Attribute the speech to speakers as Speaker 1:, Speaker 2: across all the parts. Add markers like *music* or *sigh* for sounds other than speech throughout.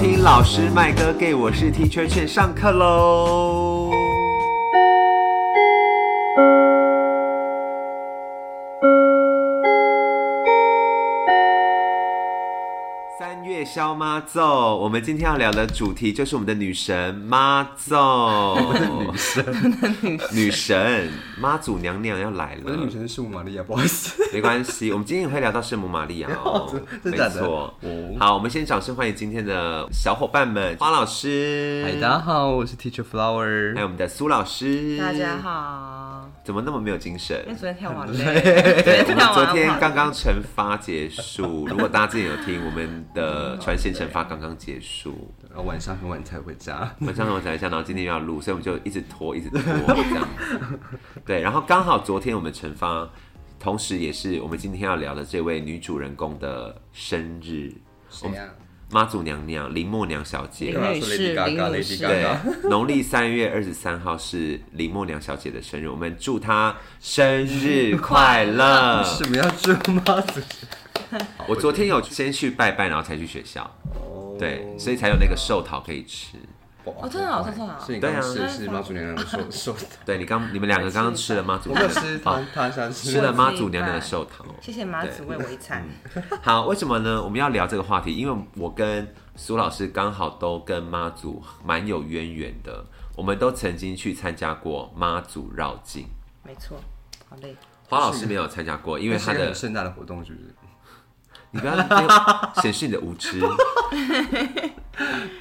Speaker 1: 听老师麦哥给我是 Teacher Chen 上课喽。三月消妈奏，我们今天要聊的主题就是我们的女神妈奏，女神，女神，妈祖娘娘要来
Speaker 2: 我的女
Speaker 1: 了，
Speaker 2: 神是我玛利亚，不好意思。，
Speaker 1: 没关系，我们今天也会聊到圣母玛利亚哦
Speaker 2: *laughs* 真
Speaker 1: 没
Speaker 2: 的假的
Speaker 1: 错。
Speaker 2: 哦
Speaker 1: 好，我们先掌声欢迎今天的小伙伴们，花老师，
Speaker 2: 嗨，大家好，我是 Teacher
Speaker 1: 还
Speaker 2: Flower。
Speaker 1: 有我们的苏老 *laughs* 师，
Speaker 3: 大家，好，
Speaker 1: 怎么那么没有精神
Speaker 3: 因为？昨天跳舞好累， *laughs*
Speaker 1: 对，我
Speaker 3: 天
Speaker 1: 们
Speaker 3: 晚
Speaker 1: 昨
Speaker 3: 上
Speaker 1: 天
Speaker 3: 好
Speaker 1: 刚刚惩罚结束，如果大家之前有听，我们的传线惩罚刚刚结束，
Speaker 2: 然后晚上很晚才回家，
Speaker 1: 晚上我才想，然后今天又要录，所以我们就一直拖，一直拖这样子。对，然后刚好昨天我们惩罚，同时也是我们今天要聊的这位女主人公的生日，
Speaker 2: 谁呀？
Speaker 1: 妈祖娘娘林默娘小姐。
Speaker 3: 林女士，
Speaker 2: Lady
Speaker 3: 林
Speaker 2: Gaga，
Speaker 3: 女
Speaker 2: Lady
Speaker 3: 士，
Speaker 2: Gaga
Speaker 1: 对，农历三月二十三号是林默娘小姐的生日，我们祝她生日快
Speaker 2: *laughs*
Speaker 1: 乐。
Speaker 2: 什么要祝妈祖？
Speaker 1: 我昨天有先去拜拜，然后才去学校，
Speaker 2: 哦
Speaker 1: 对，所以才有那个寿桃可以吃。
Speaker 2: 哦
Speaker 3: 真的好真的好
Speaker 2: 所以你刚刚
Speaker 1: 对
Speaker 3: 啊
Speaker 2: 吃的是妈祖娘娘
Speaker 3: *laughs*
Speaker 2: 的寿寿
Speaker 1: *laughs*
Speaker 2: 桃，
Speaker 1: 对你刚你们两个刚刚吃了妈祖
Speaker 2: 我
Speaker 1: 娘
Speaker 2: 没有
Speaker 1: 娘，
Speaker 2: *laughs* 吃
Speaker 1: 好
Speaker 2: 她她想吃
Speaker 1: 吃了妈祖娘娘的寿桃。
Speaker 3: 谢谢马子为我一餐，
Speaker 1: 嗯好，为什么呢？我们要聊这个话题，因为我跟苏老师刚好都跟妈祖蛮有渊源的，我们都曾经去参加过妈祖绕境。
Speaker 3: 没错，好累，
Speaker 1: 花老师没有参加过，因为
Speaker 2: 这
Speaker 1: 他
Speaker 2: 是一个
Speaker 1: 的
Speaker 2: 很盛大的活动，是不是？
Speaker 1: 你不要在那边显示你的无知，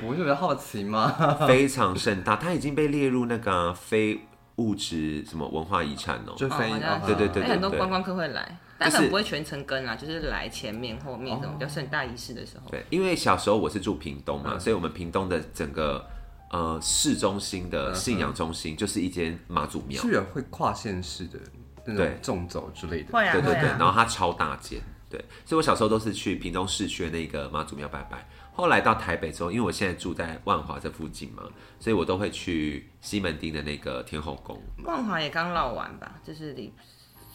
Speaker 2: 我就比较好奇嘛。
Speaker 1: *laughs* 非常盛大，它已经被列入那个啊非物质什么文化遗产哦。
Speaker 2: 就
Speaker 3: 哦
Speaker 2: 非
Speaker 3: 我知道
Speaker 2: 哦
Speaker 1: 对对对
Speaker 3: 哎很多观光客会来，但
Speaker 1: 就是哦
Speaker 3: 可能不会全程跟啦，就是来前面、后面这种比较盛大仪式的时候，
Speaker 1: 对，因为小时候我是住屏东
Speaker 2: 嗯
Speaker 1: 嘛，所以我们屏东的整个呃市中心的信仰中心就是一间妈祖庙
Speaker 2: 嗯是，啊不是有会跨县市的那
Speaker 1: 对
Speaker 2: 种纵走之类的？
Speaker 3: 会啊
Speaker 1: 对对
Speaker 3: 会
Speaker 1: 对，然
Speaker 3: 啊，
Speaker 1: 后它超大间，对，所以我小时候都是去屏东市区的那个妈祖庙拜拜。后来到台北之后，因为我现在住在万华这附近嘛，所以我都会去西门町的那个天后宫。
Speaker 3: 万华也刚绕完吧，就是离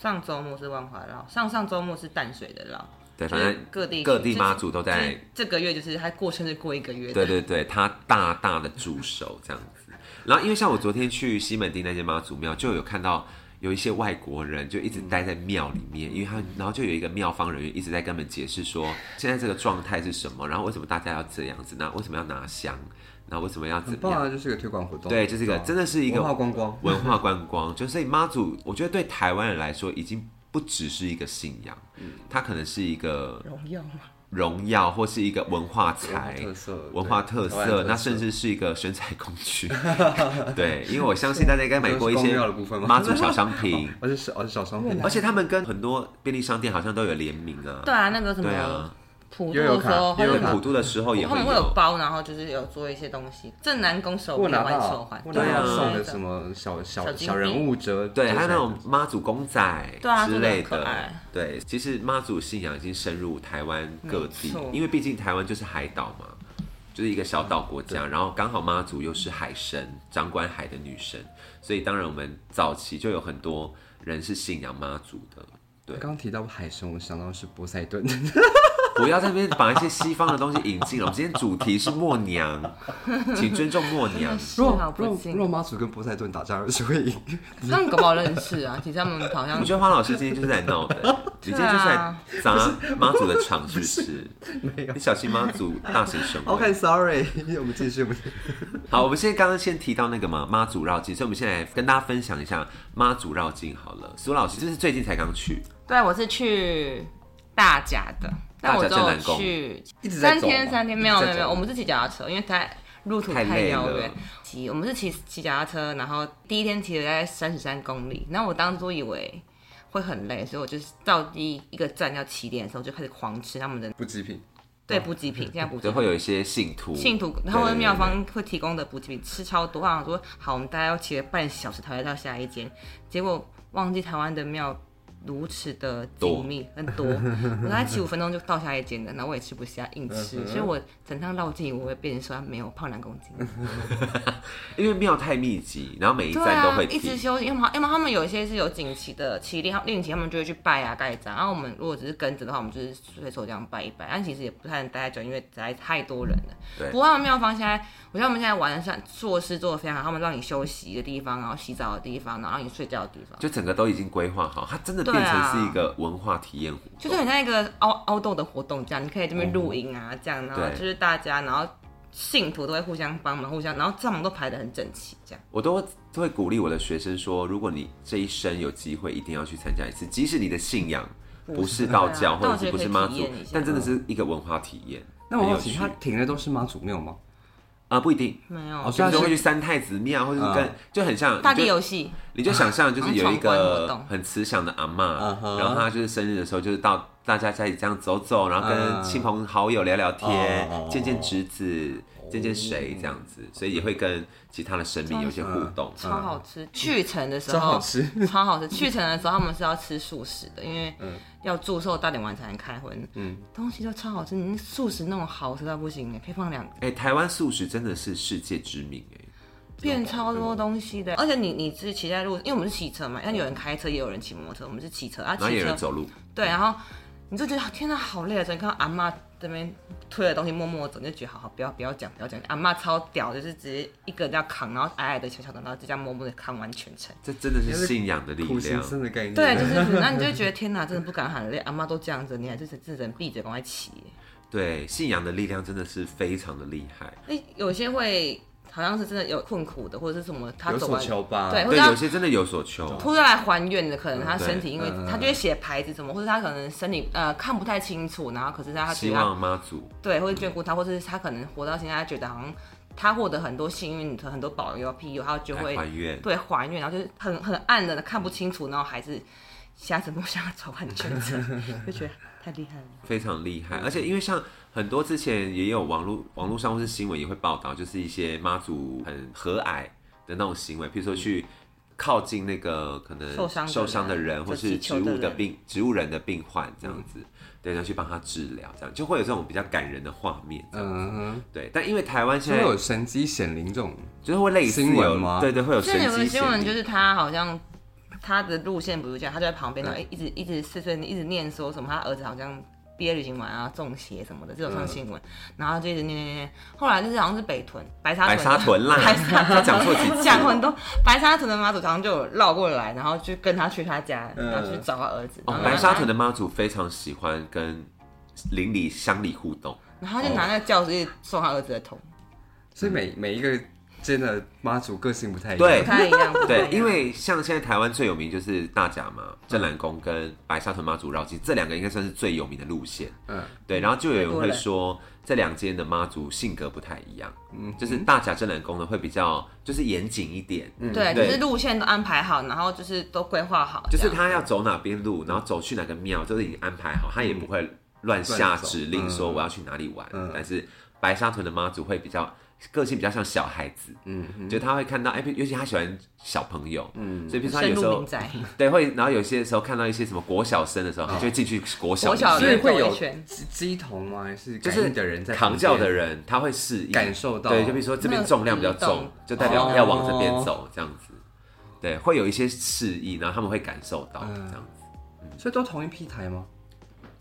Speaker 3: 上周末是万华绕，上上周末是淡水的绕，
Speaker 1: 对，
Speaker 3: 就
Speaker 1: 反
Speaker 3: 是
Speaker 1: 正
Speaker 3: 各地
Speaker 1: 各地妈祖都
Speaker 3: 就
Speaker 1: 在
Speaker 3: 是这个月就是他过生日过一个月的，
Speaker 1: 对对对，他大大的助手这样子。然后因为像我昨天去西门町那间妈祖庙，就有看到有一些外国人就一直待在庙里面，因为他然后就有一个庙方人员一直在跟他们解释说现在这个状态是什么，然后为什么大家要这样子，那为什么要拿香，然后为什么要
Speaker 2: 很
Speaker 1: 怎么
Speaker 2: 棒
Speaker 1: 样？
Speaker 2: 啊，就是一个推广活动。
Speaker 1: 对，就是一个真的是一个
Speaker 2: 文化观光。
Speaker 1: 文化观光，就所以妈祖，我觉得对台湾人来说已经不只是一个信仰，
Speaker 2: 嗯
Speaker 1: 它可能是一个
Speaker 3: 荣耀嘛，
Speaker 1: 荣耀或是一个文化财
Speaker 2: 文化特色、
Speaker 1: 文化特
Speaker 2: 对台湾
Speaker 1: 色
Speaker 2: 特，色
Speaker 1: 那甚至是一个生财工具。 *laughs* 对，因为我相信大家应该买过一
Speaker 2: 都是公
Speaker 1: 些
Speaker 2: 庙的部分吗哦
Speaker 1: 妈祖小商
Speaker 2: *laughs*
Speaker 1: 品，
Speaker 2: 而且是而且小商品，
Speaker 1: 而且他们跟很多便利商店好像都有联名啊。
Speaker 3: 对啊，那个什
Speaker 1: 对
Speaker 3: 么
Speaker 1: 啊，
Speaker 3: 普渡
Speaker 2: 悠游
Speaker 3: 的时
Speaker 2: 卡
Speaker 3: 候，
Speaker 2: 悠游
Speaker 1: 对
Speaker 2: 卡
Speaker 1: 普渡的时候也
Speaker 3: 他
Speaker 1: 会
Speaker 3: 们会有
Speaker 1: 有。
Speaker 3: 包，然后就是有做一些东西，正南宫手
Speaker 2: 我
Speaker 3: 环、
Speaker 2: 拿
Speaker 3: 万手
Speaker 2: 到
Speaker 3: 环，
Speaker 2: 我
Speaker 3: 对
Speaker 2: 拿
Speaker 3: 啊，
Speaker 2: 到送的
Speaker 3: 对
Speaker 2: 什么小
Speaker 3: 小
Speaker 2: 小
Speaker 3: 金
Speaker 2: 小人物折，
Speaker 1: 对，还有那
Speaker 2: 折起来
Speaker 1: 种妈祖公仔
Speaker 3: 对啊
Speaker 1: 之类
Speaker 3: 真的很可
Speaker 1: 的
Speaker 3: 爱，
Speaker 1: 对，其实妈祖信仰已经深入台湾各地
Speaker 3: 没错，
Speaker 1: 因为毕竟台湾就是海岛嘛，就是一个小岛国
Speaker 3: 嗯
Speaker 1: 家，然后刚好妈祖又是海神，掌管海的女神，所以当然我们早期就有很多人是信仰妈祖的。对，
Speaker 2: 刚刚提到海神，我想到是波塞
Speaker 3: *laughs*
Speaker 2: 顿，
Speaker 1: 不要在那边把一些西方的东西引进了。我们今天主题是默娘，请尊重默娘。
Speaker 3: 是
Speaker 2: 若
Speaker 3: 好
Speaker 2: 若
Speaker 3: 不敬，
Speaker 2: 若妈祖跟波塞顿打架是会赢，
Speaker 1: *laughs*
Speaker 3: 他们搞不好认识啊，其实他们好像
Speaker 1: 我觉得花老师今天就是来闹的，
Speaker 3: *laughs*
Speaker 1: 你今天就是来
Speaker 3: 啊
Speaker 1: 砸妈祖的场，是不是？
Speaker 2: 没有
Speaker 1: 你。小心妈祖大神神
Speaker 3: *laughs*
Speaker 1: 威。
Speaker 2: OK，Sorry，、我 *laughs* 们继续，我们
Speaker 1: 好，我们现在刚刚先提到那个嘛妈祖绕境，所以我们现在跟大家分享一下妈祖绕境好了。苏老师，这是最近才刚去，
Speaker 3: 对我是去大甲的，但我
Speaker 1: 大
Speaker 3: 只
Speaker 1: 甲镇南
Speaker 3: 有
Speaker 1: 宫
Speaker 3: 去
Speaker 2: 一直在
Speaker 3: 三
Speaker 2: 走
Speaker 3: 天
Speaker 2: 嘛
Speaker 3: 三天，
Speaker 2: 一直
Speaker 3: 没有
Speaker 2: 在
Speaker 3: 没有没
Speaker 2: 走
Speaker 3: 有，
Speaker 2: 嘛
Speaker 3: 我们是骑脚踏车，因为太路途
Speaker 1: 太
Speaker 3: 太
Speaker 1: 累
Speaker 3: 遥
Speaker 1: 了
Speaker 3: 远，骑我们是骑骑脚踏车，然后第一天骑了大概三十三公里，然后我当初以为。会很累，所以我就是到第一个站要起点的时候，就开始狂吃他们的
Speaker 2: 补给品，
Speaker 3: 对补给品，现在补给
Speaker 1: 就
Speaker 3: 品
Speaker 1: 哦会有一些信徒， *laughs*
Speaker 3: 信徒，然
Speaker 1: 对
Speaker 3: 后妙方会提供的补给品吃超多，我啊想说好，我们大概要骑了半小时才会到下一间，结果忘记台湾的庙如此的 *laughs* 紧密很多，我大概骑五分钟就到下一间了，然后我也吃不下，硬
Speaker 1: *laughs*
Speaker 3: 吃，所以我整趟绕境我会变成说没有胖两公斤，
Speaker 1: 因为庙太密集，然后每一
Speaker 3: 对
Speaker 1: 站都
Speaker 3: 啊
Speaker 1: 会，
Speaker 3: 一直
Speaker 1: 停。
Speaker 3: 休息，要么要么他们有一些是有锦旗的旗令，令旗他们就会去拜啊盖章，然后我们如果只是跟着的话，我们就是随手这样拜一拜，但其实也不太能待太久，因为实在太多人了。
Speaker 1: 对
Speaker 3: 不过他们妙方现在，我觉得他们现在玩的算措施做的非常好，他们让你休息的地方，然后洗澡的地方，然后让你睡觉的地方，
Speaker 1: 就整个都已经规划好，它真的
Speaker 3: 对
Speaker 1: 变
Speaker 3: 啊
Speaker 1: 成是一个文化体验活动。
Speaker 3: 就是很像一个凹凹豆的活动这样，你可以这边露营啊，这样，然后
Speaker 1: 哦对
Speaker 3: 就是大家，然后信徒都会互相帮忙，互相，然后帐篷都排得很整齐，这样。
Speaker 1: 我都都会鼓励我的学生说，如果你这一生有机会，一定要去参加一次，即使你的信仰不是道教，
Speaker 3: 对
Speaker 1: 或
Speaker 3: 啊
Speaker 1: 者是不是妈
Speaker 3: 但我觉
Speaker 1: 祖
Speaker 3: 得可以体验一下，
Speaker 1: 但真的是一个文化体验，
Speaker 2: 嗯那我
Speaker 1: 很
Speaker 2: 好
Speaker 1: 有
Speaker 2: 奇，
Speaker 1: 趣
Speaker 2: 他停的都是妈祖庙吗？
Speaker 1: 啊，不一定。
Speaker 3: 没有，
Speaker 2: 哦
Speaker 1: 就
Speaker 2: 虽
Speaker 1: 是
Speaker 2: 然
Speaker 1: 都
Speaker 2: 是
Speaker 1: 会去三太子庙，或者是跟、
Speaker 2: 嗯
Speaker 1: 就很像
Speaker 3: 大地
Speaker 1: 你就
Speaker 3: 游戏，
Speaker 1: 你就想象就是有一
Speaker 3: 闯关活
Speaker 1: 个
Speaker 3: 动
Speaker 1: 很慈祥的阿嬷，
Speaker 2: 嗯哼
Speaker 1: 然后她就是生日的时候，就是到大家家里这样走走，然后跟
Speaker 2: 嗯
Speaker 1: 亲朋好友聊聊天
Speaker 2: 哦，
Speaker 1: 见见侄子，见见谁这样子，所以也会跟其他的神明有一些互
Speaker 2: 嗯
Speaker 1: 动。
Speaker 3: 超好吃。去程的时
Speaker 2: 真好
Speaker 3: 候
Speaker 1: *laughs*
Speaker 2: 吃，
Speaker 3: *laughs* 超好吃。去程的时候，他们是要吃素食的，因为
Speaker 1: 嗯
Speaker 3: 要祝寿到点晚才能开荤。嗯，东西都超好吃，你那素食弄好吃到不行哎，可以放两
Speaker 1: 哎、台湾素食真的是世界知名哎、
Speaker 3: 变超多东西的。而且你你是骑在路，因为我们是骑车嘛，但有人开车，也有人骑摩托车，我们是骑车啊，
Speaker 1: 然后
Speaker 3: 骑
Speaker 1: 也有人
Speaker 3: 车
Speaker 1: 走路，
Speaker 3: 对，然后你就觉得天哪，好累啊！所以你看到阿嬷这边推的东西默默走，你就觉得好好不要不要讲不要讲，阿嬷超屌，就是直接一个人要扛，然后矮矮的小小的，然后就这样默默的扛完全程。
Speaker 1: 这真的是信仰的力
Speaker 2: 苦行
Speaker 1: 量。
Speaker 2: 僧的概念。
Speaker 3: 对，
Speaker 1: *laughs*
Speaker 3: 就是，然后你就觉得天哪，真的不敢喊累，阿妈都这样子，你还是只只能闭着赶快骑。
Speaker 1: 对，信仰的力量真的是非常的厉害。
Speaker 3: 那有些会好像是真的有困苦的，或者是什么，他
Speaker 2: 有
Speaker 3: 走
Speaker 2: 所
Speaker 3: 完
Speaker 2: 求吧。
Speaker 3: 对
Speaker 1: 对，有些真的有所求。
Speaker 3: 突然来还愿的，可能他
Speaker 1: 对
Speaker 3: 身体因为
Speaker 2: 嗯
Speaker 3: 他就会写牌子什么，或者他可能身体呃看不太清楚，然后可是他觉
Speaker 1: 希
Speaker 3: 得他
Speaker 1: 望妈祖
Speaker 3: 对，或者眷顾他，或者是他可能活到现在，他觉得好像他获得很多幸运，很多保佑、庇佑，他就
Speaker 1: 来
Speaker 3: 会
Speaker 1: 还愿。
Speaker 3: 对还愿，然后就是很很暗的看不清楚，然后还是瞎子摸象走完
Speaker 1: *laughs*
Speaker 3: 全程，就觉得太厉害了。
Speaker 1: 非常厉害，而且因为像很多之前也有网络网络上或是新闻也会报道，就是一些妈祖很和蔼的那种行为，譬如说去靠近那个可能
Speaker 3: 受伤的人
Speaker 1: 受伤的人，或是植
Speaker 3: 就
Speaker 1: 物
Speaker 3: 急救的
Speaker 1: 的
Speaker 3: 人嗯
Speaker 1: 病植物人的病患这样子，对，然后去帮他治疗，这样就会有这种比较感人的画面。
Speaker 2: 嗯哼，
Speaker 1: 对，但因为台湾
Speaker 2: 就
Speaker 1: 现
Speaker 2: 会
Speaker 1: 在
Speaker 2: 有神机显灵这种，
Speaker 1: 就是会类似
Speaker 2: 新闻
Speaker 1: 有
Speaker 2: 吗
Speaker 1: 对对，会有
Speaker 3: 之前有
Speaker 1: 神
Speaker 3: 个
Speaker 1: 机
Speaker 3: 新闻，
Speaker 1: 显
Speaker 3: 就
Speaker 1: 灵
Speaker 3: 是他好像他的路线不是这样，他就在旁边，然后一直一直碎碎念一直念说什么，他儿子好像毕业旅行完啊中邪什么的，这种
Speaker 1: 嗯
Speaker 3: 上新闻，然后就一直念念念念，后来就是好像是北屯白沙
Speaker 1: 白
Speaker 3: 屯
Speaker 1: 沙屯啦，
Speaker 3: *laughs* 白沙
Speaker 1: 他讲错几次
Speaker 3: *laughs* 讲很多白沙屯的妈祖常常就有绕过来，然后就跟他去他家，
Speaker 2: 嗯
Speaker 3: 然后去找他儿子。
Speaker 1: 哦
Speaker 3: 然，后
Speaker 1: 白沙屯
Speaker 3: 的，
Speaker 1: 的妈祖非常喜欢跟邻里乡里互动。
Speaker 3: 然后他就拿
Speaker 1: 哦
Speaker 3: 那个轿子一直送他儿子的头，
Speaker 2: 所以每每一个真的妈祖个性不太一样。
Speaker 1: 对
Speaker 3: 不太一样。不太一
Speaker 1: 对
Speaker 3: 样，
Speaker 1: 因为像现在台湾最有名就是大甲嘛、镇澜宫跟白沙屯妈祖绕境，这两个应该算是最有名的路线。
Speaker 2: 嗯，
Speaker 1: 对，然后就有人
Speaker 3: 太多
Speaker 1: 会
Speaker 3: 了
Speaker 1: 说这两间的妈祖性格不太一样，嗯，就是大甲镇澜宫呢会比较就是严谨一点，嗯，
Speaker 3: 对，就
Speaker 1: 对
Speaker 3: 是路线都安排好，然后就是都规划好，
Speaker 1: 就是
Speaker 3: 这样
Speaker 1: 他要走哪边
Speaker 2: 嗯
Speaker 1: 路，然后走去哪个庙，都是已经安排好，他也不会乱下
Speaker 2: 乱走
Speaker 1: 指令说我要去哪里玩。
Speaker 2: 嗯
Speaker 1: 但是白沙屯的妈祖会比较个性比较像小孩子，嗯，就他会看到，哎，尤其他喜欢小朋友，嗯，所以平常
Speaker 3: 深
Speaker 1: 有时
Speaker 3: 入
Speaker 1: 候
Speaker 3: 民宅，
Speaker 1: 对，会，然后有些时候看到一些什么国小生的
Speaker 2: 哦
Speaker 1: 时候，他就会进去国小里面，
Speaker 3: 国小
Speaker 2: 所以
Speaker 3: 人
Speaker 2: 会有
Speaker 3: 走一圈
Speaker 2: 鸡鸡头吗？还是
Speaker 1: 就
Speaker 2: 感
Speaker 1: 是
Speaker 2: 应的人在
Speaker 1: 扛轿的
Speaker 2: 人？
Speaker 1: 人，他会示意
Speaker 2: 感受到
Speaker 1: 对，就比如说这边
Speaker 3: 嗯
Speaker 1: 重量比较
Speaker 3: 那个
Speaker 1: 重
Speaker 3: 移动，
Speaker 1: 就代表要往这边
Speaker 2: 哦
Speaker 1: 走，这样子，对，会有一些示意，然后他们会感受到
Speaker 2: 嗯
Speaker 1: 这样子。
Speaker 2: 所以都同一批台吗？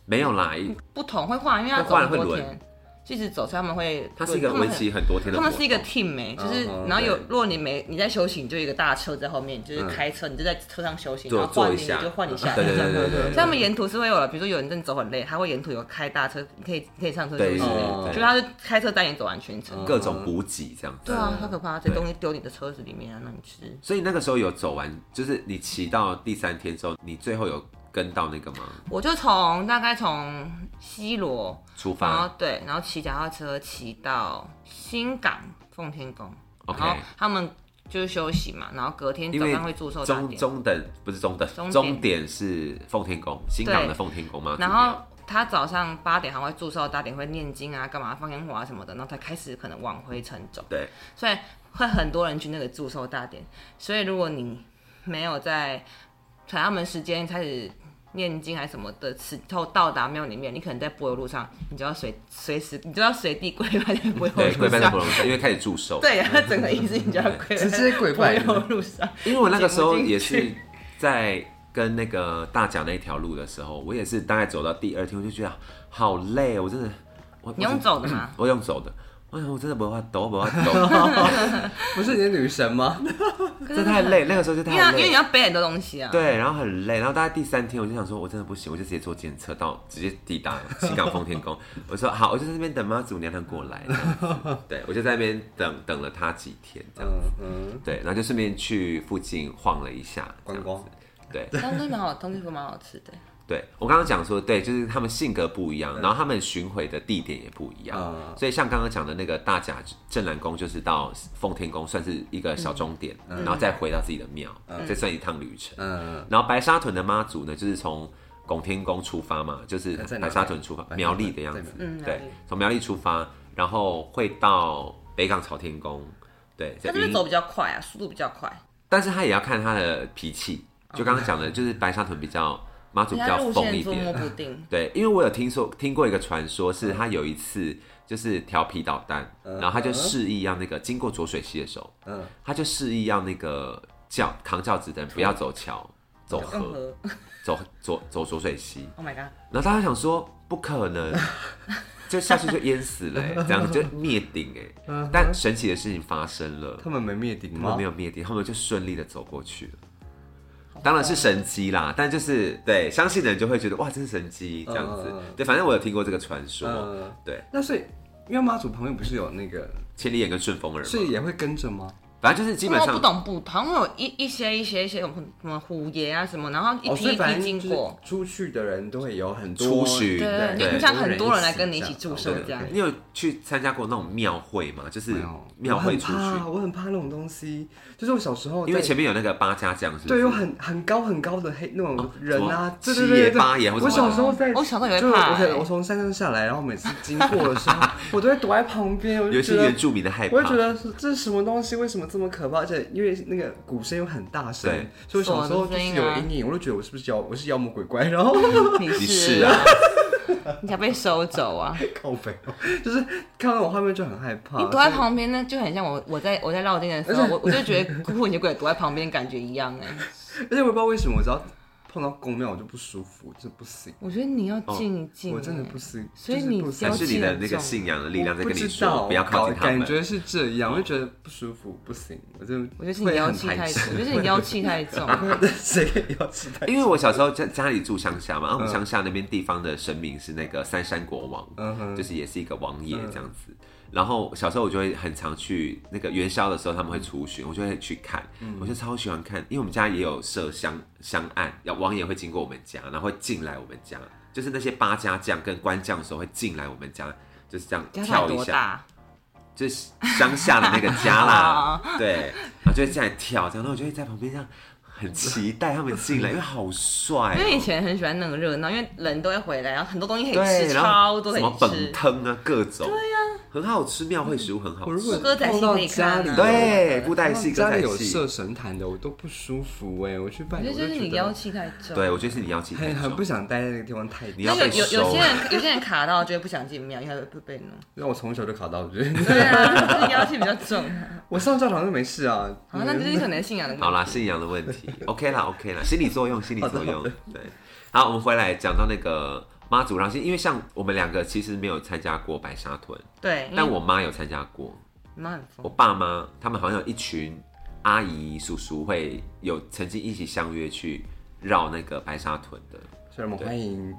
Speaker 1: 没有啦，
Speaker 3: 不同会换，因为他
Speaker 1: 会
Speaker 3: 走
Speaker 1: 换
Speaker 3: 很多
Speaker 1: 会轮
Speaker 3: 天，就一直走，所以他们会
Speaker 1: 它是一个
Speaker 3: 他们
Speaker 1: 为
Speaker 3: 很
Speaker 1: 期很多天的
Speaker 3: 他
Speaker 1: 活动。
Speaker 3: 们是一个 team 哎、就是
Speaker 2: 嗯嗯
Speaker 3: 然后有
Speaker 1: 对，
Speaker 3: 如果你没你在休息，你就有一个大车在后面，你就是开车，你就在车上休息，然
Speaker 1: 坐
Speaker 3: 后换
Speaker 1: 坐
Speaker 3: 你
Speaker 1: 一
Speaker 3: 你
Speaker 1: 下，
Speaker 3: 就换你下
Speaker 1: *laughs*
Speaker 3: 来，
Speaker 1: 对对对对
Speaker 3: 所
Speaker 1: 对
Speaker 3: 以他们沿途是会有了，比如说有人真的走很累，他会沿途有开大车，你可以你可以上车休息
Speaker 1: 对
Speaker 3: 之类的，就
Speaker 2: 对对
Speaker 3: 是他是开车带你走完全程。
Speaker 1: 各种补给这样子
Speaker 3: 对。啊，好可怕！这
Speaker 1: 对
Speaker 3: 东西丢你的车子里面啊，让你吃。
Speaker 1: 所以那个时候有走完，就是你骑到第三天之后，你最后有跟到那个吗？
Speaker 3: 我就从大概从西罗，
Speaker 1: 出
Speaker 3: 然
Speaker 1: 发
Speaker 3: 后对，然后骑脚踏车骑到新港奉天宫，然
Speaker 1: OK
Speaker 3: 后他们就是休息嘛，然后隔天
Speaker 1: 因
Speaker 3: 早
Speaker 1: 为
Speaker 3: 上会祝寿大
Speaker 1: 中
Speaker 3: 典。
Speaker 1: 中等不是中等，
Speaker 3: 终点
Speaker 1: 终点是奉天宫，新港的奉天宫吗？
Speaker 3: 然后他早上八点还会祝寿，八点会念经啊，干嘛放烟火啊什么的，然后才开始可能往回城走，
Speaker 1: 对，
Speaker 3: 所以会很多人去那个祝寿大典。所以如果你没有在可能他们时间开始念经还是什么的，时候到达庙里面，你可能在柏油路上，你就要随随时你就要随地跪拜在
Speaker 1: 对，
Speaker 3: 柏油
Speaker 1: 跪
Speaker 3: 路
Speaker 1: 拜在
Speaker 3: 上
Speaker 1: 火。龙山，因为开始祝寿。
Speaker 3: 对，然后整个仪式你就要跪
Speaker 2: 直接跪拜
Speaker 3: 柏油路上。
Speaker 1: 因为我那个时候
Speaker 3: 进不进
Speaker 1: 也是
Speaker 3: 去
Speaker 1: 在跟那个大甲那条路的时候，我也是大概走到第二天，我就觉得好累，我真的，我
Speaker 3: 你用，走的吗？
Speaker 1: 我我用走的，我想我真的不怕抖，不怕
Speaker 3: *laughs*
Speaker 1: 抖，
Speaker 2: 不是你的女
Speaker 1: *laughs*
Speaker 2: 神吗？
Speaker 1: 这太
Speaker 3: *laughs*
Speaker 1: 累，那个时候就
Speaker 3: 因为啊
Speaker 1: 太
Speaker 3: 因为你
Speaker 1: 累。
Speaker 3: 要背很多东西啊。
Speaker 1: 对，然后很累，然后大概第三天我就想说，我真的不行，我就直接坐检测到直接抵达西港奉天
Speaker 3: *laughs*
Speaker 1: 宫。我说好，我就在那边等妈祖娘娘过来。这样子对，我就在那边等等了她几天，这样
Speaker 2: 嗯嗯，
Speaker 1: 对，然后就顺便去附近晃了一下，这样
Speaker 2: 观
Speaker 1: 子
Speaker 2: 光。
Speaker 1: 对，
Speaker 3: 东西蛮好，东西蛮好吃的。
Speaker 1: 对我刚刚讲说，对，就是他们性格不一样，然后他们巡回的地点也不一样，
Speaker 2: 嗯
Speaker 1: 所以像刚刚讲的那个大甲镇澜宫，就是到奉天宫算是一个小终点，然后再回到自己的庙，这算一趟旅程。
Speaker 2: 嗯，
Speaker 1: 然后白沙屯的妈祖呢，就是从拱天宫出发嘛，就是
Speaker 2: 在哪
Speaker 1: 白
Speaker 2: 里
Speaker 1: 沙屯出发，
Speaker 2: 白沙屯
Speaker 1: 苗栗的样子
Speaker 2: 在，
Speaker 3: 嗯苗
Speaker 1: 对
Speaker 3: 栗，
Speaker 1: 从苗栗出发，然后会到北港朝天宫，对，
Speaker 3: 它
Speaker 1: 在
Speaker 3: 这边
Speaker 1: 云
Speaker 3: 走比较快啊，速度比较快，
Speaker 1: 但是他也要看他的脾气，就刚刚讲
Speaker 2: 哦
Speaker 1: 的，就是白沙屯比较妈祖
Speaker 3: 人
Speaker 1: 比
Speaker 3: 家
Speaker 1: 较
Speaker 3: 路
Speaker 1: 疯
Speaker 3: 线
Speaker 1: 一
Speaker 3: 捉摸
Speaker 1: 点。
Speaker 3: 不定。
Speaker 1: 对，因为我有听说听过一个传说，是他有一次就是调皮捣蛋，然后他就示意要那个经过浊水溪的时候，
Speaker 2: 嗯
Speaker 1: 他就示意要那个轿扛轿子的人不要走桥，走
Speaker 3: 任
Speaker 1: 河，
Speaker 3: 何
Speaker 1: 走走走浊水溪。
Speaker 3: ，Oh my god，
Speaker 1: 然后大家想说不可能，就下去就淹死了、欸，这样就灭顶哎。但神奇的事情发生了，
Speaker 2: 他们没灭顶
Speaker 1: 他们
Speaker 2: 吗
Speaker 1: 没？有灭顶，他们就顺利的走过去了。当然是神机啦，但就是对相信的人就会觉得哇，这是神机这样子
Speaker 2: 嗯嗯嗯。
Speaker 1: 对，反正我有听过这个传说，
Speaker 2: 嗯，
Speaker 1: 对，
Speaker 2: 那所以因为妈祖旁边不是有那个，
Speaker 1: 千里眼跟顺风耳
Speaker 2: 所以
Speaker 1: 嘛，
Speaker 2: 也会跟着吗？
Speaker 1: 反正就是基本
Speaker 3: 不
Speaker 1: 上
Speaker 3: 懂不懂，好像有一一些一些一些什么什么虎爷啊什么，然后一
Speaker 2: 哦，
Speaker 3: 批
Speaker 2: 所
Speaker 3: 一
Speaker 2: 以反
Speaker 3: 批
Speaker 2: 正
Speaker 3: 经
Speaker 2: 就是
Speaker 3: 过，
Speaker 2: 出去的人都会有很
Speaker 1: 出
Speaker 2: 多
Speaker 1: 巡，
Speaker 3: 对
Speaker 2: 对
Speaker 3: 你像很多人来跟你一起
Speaker 2: 这样
Speaker 3: 祝寿
Speaker 2: 对
Speaker 3: 这样
Speaker 1: 你有去参加过那种庙会吗？就是
Speaker 2: 啊没有
Speaker 1: 庙会出
Speaker 2: 我很怕，
Speaker 1: 去，
Speaker 2: 我很怕那种东西。就是我小时候在，
Speaker 1: 因为前面有那个八家将，是不是
Speaker 2: 对有很很高很高的黑那种人啊
Speaker 1: 哦，
Speaker 2: 对
Speaker 1: 什
Speaker 2: 对
Speaker 1: 么
Speaker 2: 对对
Speaker 1: 七爷八爷或者
Speaker 2: 我
Speaker 1: 什么
Speaker 2: 小时候在，
Speaker 3: 哦我小时候也会
Speaker 2: 就是
Speaker 3: 怕
Speaker 2: 我可能
Speaker 3: 欸
Speaker 2: 我从山上下来，然后每次经过的
Speaker 1: *laughs*
Speaker 2: 时候，我都会躲在旁边，我
Speaker 1: 有
Speaker 2: 就
Speaker 1: 一些
Speaker 2: 觉得
Speaker 1: 原。住民的害怕，
Speaker 2: 我就觉得是这是什么东西？为什么这么可怕？而且因为那个鼓声又很大声
Speaker 1: 对，
Speaker 2: 所以我小时候就是有
Speaker 3: 啊
Speaker 2: 阴影，我就觉得我是不是妖，我是妖魔鬼怪，然后
Speaker 3: 你
Speaker 1: 你
Speaker 3: 是
Speaker 1: 是啊，
Speaker 3: 你才被收走啊！
Speaker 2: 靠背，就是看到那种画面就很害怕。
Speaker 3: 你躲在旁边呢，就很像我我在我在绕境的时候，我我就觉得孤魂野鬼躲在旁边感觉一样哎、
Speaker 2: 而且我也不知道为什么，我只要碰到宫庙我就不舒服，就不行，
Speaker 3: 我觉得你要静一静、
Speaker 2: 我真的
Speaker 3: 哎
Speaker 2: 不行。
Speaker 3: 所以
Speaker 2: 就是
Speaker 3: 你
Speaker 2: 不
Speaker 3: 要
Speaker 1: 还
Speaker 2: 行
Speaker 1: 是你的那个信仰的力量在
Speaker 2: 我不
Speaker 1: 跟你
Speaker 2: 知
Speaker 1: 说，
Speaker 2: 道
Speaker 1: 不要靠近
Speaker 2: 搞
Speaker 1: 他们嗯
Speaker 2: 感。觉是这样，我就觉得不舒服，不行，我就
Speaker 3: 我觉得是你妖气太重，我觉得是你妖气太重。
Speaker 2: 重， *laughs* 谁可以要气太？
Speaker 1: 因为我小时候在家里住乡下嘛，然啊后我们乡下那边地方的神明是那个三山国王，
Speaker 2: 嗯哼嗯
Speaker 1: 就是也是一个王爷这样子。然后小时候我就会很常去那个元宵的时候，他们会出巡，我就会去看，
Speaker 2: 嗯
Speaker 1: 我就超喜欢看，因为我们家也有设香香案，然后王爷会经过我们家，然后会进来我们家，就是那些八家将跟官将的时候会进来我们家，就是这样
Speaker 3: 家长
Speaker 1: 跳一
Speaker 3: 多
Speaker 1: 下，
Speaker 3: 大？
Speaker 1: 就是乡下的那个家
Speaker 3: *laughs*
Speaker 1: 啦， *laughs* 对，然后就会进来跳，这样，然后我就会在旁边这样很期待他们进来，因为好帅哦、
Speaker 3: *laughs* 因为以前很喜欢那种热闹，因为人都会回来，然后很多东西可以
Speaker 1: 对，
Speaker 3: 吃，
Speaker 1: 然
Speaker 3: 超
Speaker 1: 后
Speaker 3: 多可
Speaker 1: 什
Speaker 3: 以
Speaker 1: 么
Speaker 3: 吃
Speaker 1: 本。坑啊，各种，对呀、很好吃，庙会食物很好
Speaker 2: 嗯我如果
Speaker 1: 吃。
Speaker 3: 歌仔戏
Speaker 2: 碰到
Speaker 3: 可以
Speaker 2: 家
Speaker 3: 看啊
Speaker 2: 里，
Speaker 1: 对，布袋戏、
Speaker 2: 我
Speaker 1: 歌
Speaker 2: 家
Speaker 1: 仔
Speaker 2: 里有
Speaker 1: 戏
Speaker 2: 设，神坛的，我都不舒服哎，我去拜
Speaker 3: 我觉
Speaker 2: 我
Speaker 3: 得
Speaker 2: 就
Speaker 3: 就是你
Speaker 2: 觉
Speaker 3: 妖
Speaker 2: 得
Speaker 3: 气太重。
Speaker 1: 对我觉得是你要进
Speaker 2: 很很不
Speaker 1: 想，
Speaker 2: 想待在那个地方太久。
Speaker 1: 你
Speaker 3: 那
Speaker 1: 要
Speaker 3: 有
Speaker 1: 被
Speaker 3: 有
Speaker 1: 收
Speaker 3: 有些
Speaker 1: 了
Speaker 3: 人有些人卡到就会不想进庙，因为会被弄。
Speaker 2: 让我从小就考到，我觉
Speaker 1: *laughs*
Speaker 2: 得
Speaker 3: 对啊，就是妖气比较重啊。
Speaker 2: 我上教堂都没事啊。
Speaker 3: *laughs* 好，那就是可能信仰的问题。
Speaker 1: 嗯好啦，信仰的问
Speaker 2: *laughs*
Speaker 1: 题，OK 啦，OK 啦，心理作用，心理作用，对。好，我们回来讲到那个妈祖绕境，因为像我们两个其实没有参加过白沙屯，
Speaker 3: 对，因为
Speaker 1: 但我妈有参加过，
Speaker 3: 你妈很
Speaker 1: 我
Speaker 3: 疯，
Speaker 1: 爸妈他们好像有一群阿姨叔叔会有曾经一起相约去绕那个白沙屯的，
Speaker 2: 所以我们欢迎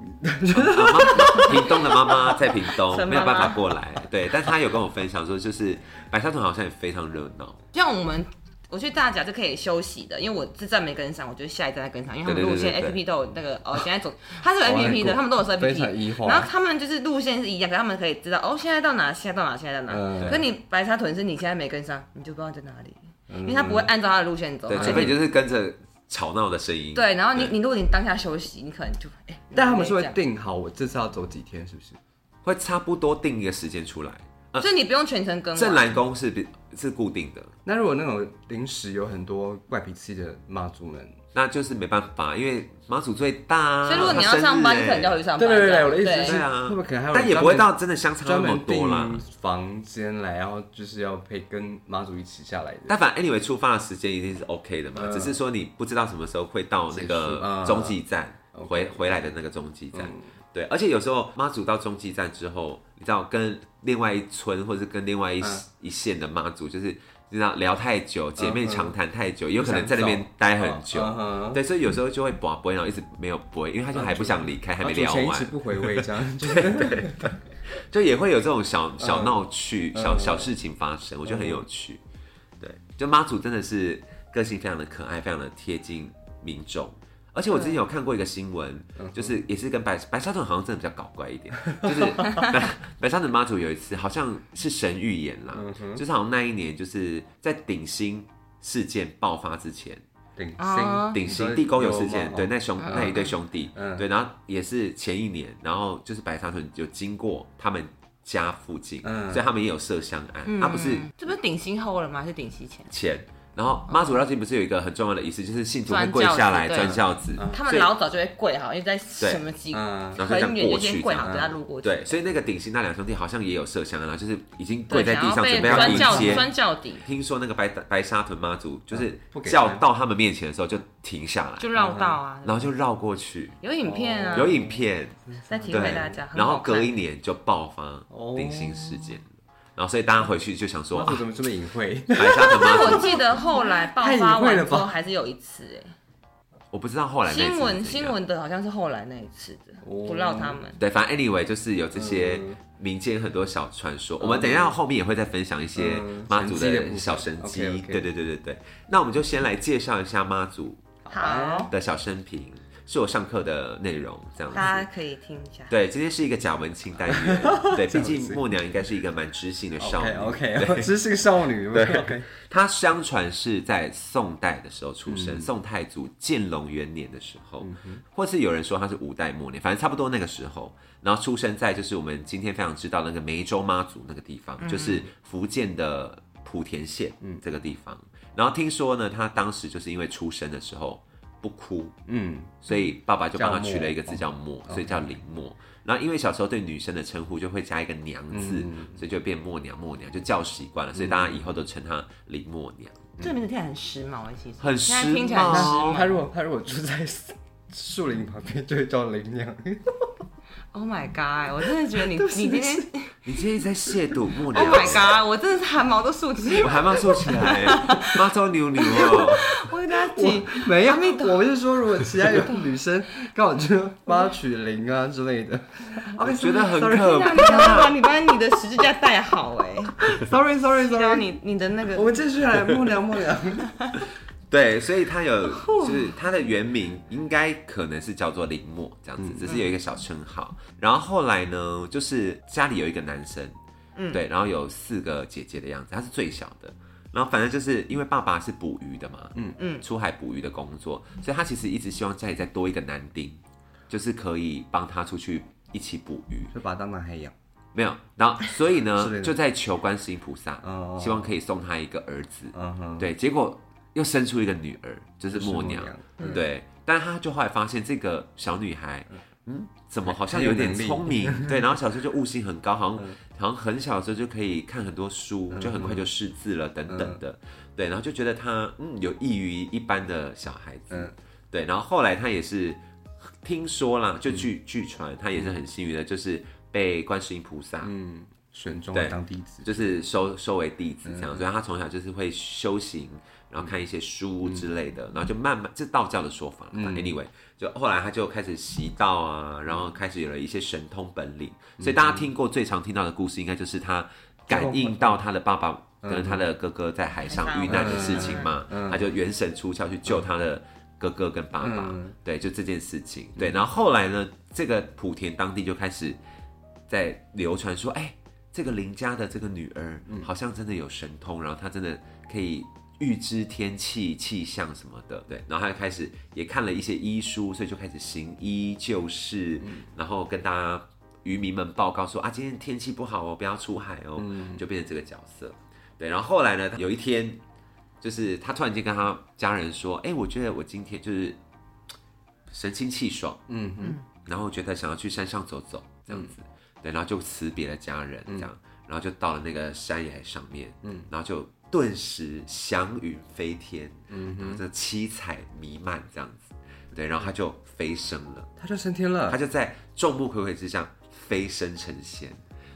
Speaker 1: 屏东的妈妈在屏东
Speaker 3: 陈妈妈
Speaker 1: 没有办法过来，对，但她有跟我分享说，就是白沙屯好像也非常热闹，
Speaker 3: 像我们。我去大甲是可以休息的，因为我这站没跟上，我就下一站再跟上，因为他们
Speaker 1: 对对
Speaker 3: 路线
Speaker 1: 对对
Speaker 3: A P P 都有那个哦，现
Speaker 1: *laughs*
Speaker 3: 在走它是有
Speaker 2: 哦
Speaker 3: A P P 的，
Speaker 2: 那个
Speaker 3: 他们都有 A P
Speaker 2: 非常异
Speaker 1: 哦
Speaker 3: P，
Speaker 2: 化
Speaker 3: 然后他们就是路线是一样，可是他们可以知道哦，现在到哪，现在到哪，现在到哪。
Speaker 2: 嗯
Speaker 3: 可是你白沙屯是你现在没跟上，你就不知道在哪里，因为他不会按照他的路线走，
Speaker 1: 嗯对，
Speaker 3: 然后
Speaker 1: 除非你就是跟着吵闹的声音，
Speaker 3: 嗯对，然后你你如果你当下休息，你可能就哎，
Speaker 2: 但他们是会
Speaker 3: 这样
Speaker 2: 定好我这次要走几天，是不是？
Speaker 1: 会差不多定一个时间出来。呃，
Speaker 3: 就你不用全程跟完
Speaker 1: 正蓝宫是比是固定的，
Speaker 2: 那如果那种临时有很多怪脾气的妈祖们，
Speaker 1: 那就是没办法，因为妈祖最大啊、
Speaker 3: 所以如果你
Speaker 1: 他
Speaker 3: 要
Speaker 1: 生日
Speaker 3: 上班，
Speaker 1: 欸
Speaker 3: 你可能就要去上
Speaker 2: 对
Speaker 3: 班。
Speaker 2: 对对
Speaker 3: 这
Speaker 2: 对，
Speaker 3: 样
Speaker 2: 我的意思
Speaker 3: 对
Speaker 2: 是，
Speaker 1: 对啊
Speaker 2: 会不会可能还有
Speaker 1: 但也不会到真的相差那
Speaker 2: 专
Speaker 1: 么
Speaker 2: 门
Speaker 1: 多啦。
Speaker 2: 订房间来，然后就是要配跟妈祖一起下来的？
Speaker 1: 但反正 anyway 出发的时间一定是 OK 的嘛，
Speaker 2: 嗯
Speaker 1: 只是说你不知道什么时候会到那
Speaker 2: 结束啊
Speaker 1: 个中继站，
Speaker 2: OK 嗯
Speaker 1: 回回来的那个中继站。对，而且有时候妈祖到中继站之后，你知道跟另外一村或者是跟另外一、
Speaker 2: 嗯
Speaker 1: 一线的妈祖，就是你知道聊太久，姐妹
Speaker 2: 嗯
Speaker 1: 长谈太久，有可能
Speaker 2: 不想
Speaker 1: 在那边
Speaker 2: 走
Speaker 1: 待很久。
Speaker 2: 嗯哼
Speaker 1: 对，所以有时候就会不不然后一直没有不，因为他就还不想离开，还
Speaker 2: 然后
Speaker 1: 没聊
Speaker 2: 主哦持人一直
Speaker 1: 完，
Speaker 2: 不回味，
Speaker 1: *laughs*
Speaker 2: 这样就是
Speaker 1: 就也会有这种小小闹剧、
Speaker 2: 嗯
Speaker 1: 小
Speaker 2: 嗯
Speaker 1: 小事情发生，我觉得很有趣。对，就妈祖真的是个性非常的可爱，非常的贴近民众。而且我之前有看过一个新闻，就是也是跟白白沙屯好像真的比较搞怪一点，就是白 *laughs* 白沙屯妈祖有一次好像是神预言啦，就是好像那一年就是在顶新事件爆发之前，
Speaker 2: 顶
Speaker 3: 啊
Speaker 2: 新
Speaker 1: 顶新地沟油事件，对，
Speaker 2: 那
Speaker 1: 那兄那一对兄弟，
Speaker 2: 哦嗯
Speaker 1: 对，然后也是前一年，然后就是白沙屯有经过他们家附近，
Speaker 2: 嗯
Speaker 1: 所以他们也有涉香案，
Speaker 3: 嗯
Speaker 1: 他、不是
Speaker 3: 这不是顶薪后了吗？还是顶薪前？
Speaker 1: 前，然后妈祖绕境不是有一个很重要的仪式，就是信徒会跪
Speaker 3: 钻
Speaker 1: 下
Speaker 3: 轿子
Speaker 1: 来
Speaker 3: 对
Speaker 1: 钻轿子，
Speaker 3: 他们
Speaker 1: 所以
Speaker 3: 老早就会跪好，因为在什么几
Speaker 2: 嗯
Speaker 1: 啊然后就这样
Speaker 3: 很远就
Speaker 1: 过去
Speaker 3: 先
Speaker 1: 这
Speaker 3: 跪
Speaker 1: 样
Speaker 3: 好，等他路过去。
Speaker 1: 对，所以那个顶新那两兄弟好像也有涉香案，然后就是已经跪
Speaker 3: 对，
Speaker 1: 在地
Speaker 3: 想要
Speaker 1: 上
Speaker 3: 被
Speaker 1: 准备要
Speaker 3: 钻
Speaker 1: 迎
Speaker 3: 轿
Speaker 1: 接。
Speaker 3: 钻轿底，
Speaker 1: 听说那个白白沙屯妈祖就是
Speaker 2: 嗯不给
Speaker 1: 叫
Speaker 2: 看
Speaker 1: 到他们面前的时候就停下来，
Speaker 3: 就绕道啊。
Speaker 1: 然后就绕过去，
Speaker 3: 有影片
Speaker 1: 嗯
Speaker 3: 啊，
Speaker 1: 哦有影片。
Speaker 2: 嗯
Speaker 3: 再提
Speaker 1: 对，
Speaker 3: 给大家。很
Speaker 1: 然
Speaker 3: 好
Speaker 1: 后隔
Speaker 3: 看
Speaker 1: 一年就爆发顶新事件，然后所以大家回去就想说
Speaker 2: 妈
Speaker 1: 啊
Speaker 2: 哦祖，怎么这么隐晦？
Speaker 1: 白沙屯
Speaker 3: 但我
Speaker 1: 妈祖，
Speaker 3: 记得后来爆发完之后还是有一次哎、
Speaker 1: 我不知道后来那一次是
Speaker 3: 新闻
Speaker 1: 怎样
Speaker 3: 新闻的好像是后来那一次的，
Speaker 2: 哦
Speaker 3: 不绕他们。
Speaker 1: 对，反正 anyway 就是有这些
Speaker 2: 嗯
Speaker 1: 民间很多小传说，我们等一下后面也会再分享一些
Speaker 2: 嗯
Speaker 1: 妈祖
Speaker 2: 神迹的部
Speaker 1: 的
Speaker 2: 分
Speaker 1: 小神机，
Speaker 2: OK，OK
Speaker 1: 对对对对对。那我们就先来介绍一下妈祖
Speaker 3: 好，
Speaker 1: 的小生平，是我上课的内容这样
Speaker 3: 大
Speaker 1: 子。
Speaker 3: 家可以听一下。
Speaker 1: 对，今天是一个假文青单
Speaker 2: *laughs*
Speaker 1: 元，对，毕竟默娘应该是一个蛮知性的 *laughs* 少女
Speaker 2: OK OK，知哦性少女，对 OK，
Speaker 1: 他相传是在宋代的时候出生，宋太祖建隆元年的时候，或是有人说他是五代末年，反正差不多那个时候。然后出生在就是我们今天非常知道的那个梅州妈祖那个地方，就是福建的莆田县这个地方。然后听说呢，他当时就是因为出生的时候不哭，
Speaker 2: 嗯，
Speaker 1: 所以爸爸就帮他
Speaker 2: 叫墨
Speaker 1: 取了一个字叫墨，所以叫林墨。然后因为小时候对女生的称呼就会加一个娘字，所以就变默娘默娘，就叫习惯了，所以大家以后都称她林默娘。
Speaker 3: 这个名字听起来很时髦哎，其实
Speaker 1: 很
Speaker 3: 现在听起来很时
Speaker 1: 时髦
Speaker 2: 他
Speaker 3: 髦。
Speaker 2: 如果他如果住在树林旁边，就会叫林娘。
Speaker 3: Oh my god！我真的觉得你你今天
Speaker 1: 你今天一直在亵渎默
Speaker 3: Oh
Speaker 1: 娘
Speaker 3: my god！我真的是汗毛都竖
Speaker 1: *laughs*
Speaker 3: 起
Speaker 1: 我，还没有竖起来，妈周牛牛哦。
Speaker 3: 我跟大家讲，
Speaker 2: *laughs* 没有，我是说，如果其他有女生刚好就帮他取零啊之类 *laughs* 的
Speaker 1: 我觉得很
Speaker 2: sorry，
Speaker 1: 可
Speaker 3: 那你要把你把你的十字架戴好哎，
Speaker 2: ，sorry sorry
Speaker 3: 然后
Speaker 2: sorry，
Speaker 3: 你你的那
Speaker 2: 我
Speaker 3: 个
Speaker 2: 们继续来默娘默 *laughs* 娘，
Speaker 1: 对，所以他有就是他的原名应该可能是叫做林默这样子，只是有一个小称号。然后后来呢，就是家里有一个男生，对，然后有四个姐姐的样子，他是最小的。然后反正就是因为爸爸是捕鱼的嘛，嗯嗯，出海捕鱼的工作，所以他其实一直希望家里再多一个男丁，就是可以帮他出去一起捕鱼。
Speaker 2: 就把他当男孩养。
Speaker 1: 没有，然后所以
Speaker 2: 之类
Speaker 1: 呢，
Speaker 2: 的
Speaker 1: 就在求观世音菩萨
Speaker 2: 哦，
Speaker 1: 希望可以送他一个儿子。
Speaker 2: 嗯哼，
Speaker 1: 对，结果又生出一个女儿，就是
Speaker 2: 就是
Speaker 1: 默
Speaker 2: 默
Speaker 1: 娘
Speaker 2: 娘。嗯
Speaker 1: 对，但他就后来发现这个小女孩，嗯，怎么好像
Speaker 2: 很有
Speaker 1: 有点
Speaker 2: 能力嗯
Speaker 1: 聪明？
Speaker 2: *laughs*
Speaker 1: 对，然后小时候就悟性很高，好像好像很小的时候就可以看很多书，就很快就识字了
Speaker 2: 嗯
Speaker 1: 等等的。对，然后就觉得她嗯有异于一般的小孩子
Speaker 2: 嗯。
Speaker 1: 对，然后后来她也是听说啦，
Speaker 2: 嗯
Speaker 1: 就据据传，她也是很幸运的，就是被观世音菩萨
Speaker 2: 嗯，选中
Speaker 1: 对
Speaker 2: 当弟子，嗯
Speaker 1: 就是收收为弟子这样，所以他从小就是会修行，然后看一些
Speaker 2: 嗯
Speaker 1: 书之类的，然后就慢慢这道教的说法啦。anyway，就后来他就开始习道啊，然后开始有了一些神通本领，所以
Speaker 2: 嗯
Speaker 1: 大家听过最常听到的故事，应该就是他感应到他的爸爸。
Speaker 2: 嗯
Speaker 1: 跟他的哥哥在海上嗯遇难的事情嘛，他就元神出窍去救他的哥哥跟爸爸，
Speaker 2: 嗯
Speaker 1: 对，就这件事情，对，然后后来呢，这个莆田当地就开始在流传说，哎、这个邻家的这个女儿好像真的有神通，然后她真的可以预知天气、气象什么的。对，然后她就开始也看了一些医书，所以就开始行医救世，然后跟大家渔民们报告说啊，今天天气不好哦，不要出海哦，就变成这个角色。对，然后后来呢，有一天，就是他突然间跟他家人说：“哎、我觉得我今天就是神清气爽，
Speaker 2: 嗯嗯
Speaker 1: 然后觉得想要去山上走走，这样子。对，然后就辞别了家人，
Speaker 2: 嗯
Speaker 1: 这样，然后就到了那个山崖上面，嗯，然后就顿时祥云飞天，嗯，然后这七彩弥漫这样子。对，然后他就飞升了。
Speaker 2: 他就升天了
Speaker 1: 他。就在众目睽睽之下飞升成仙，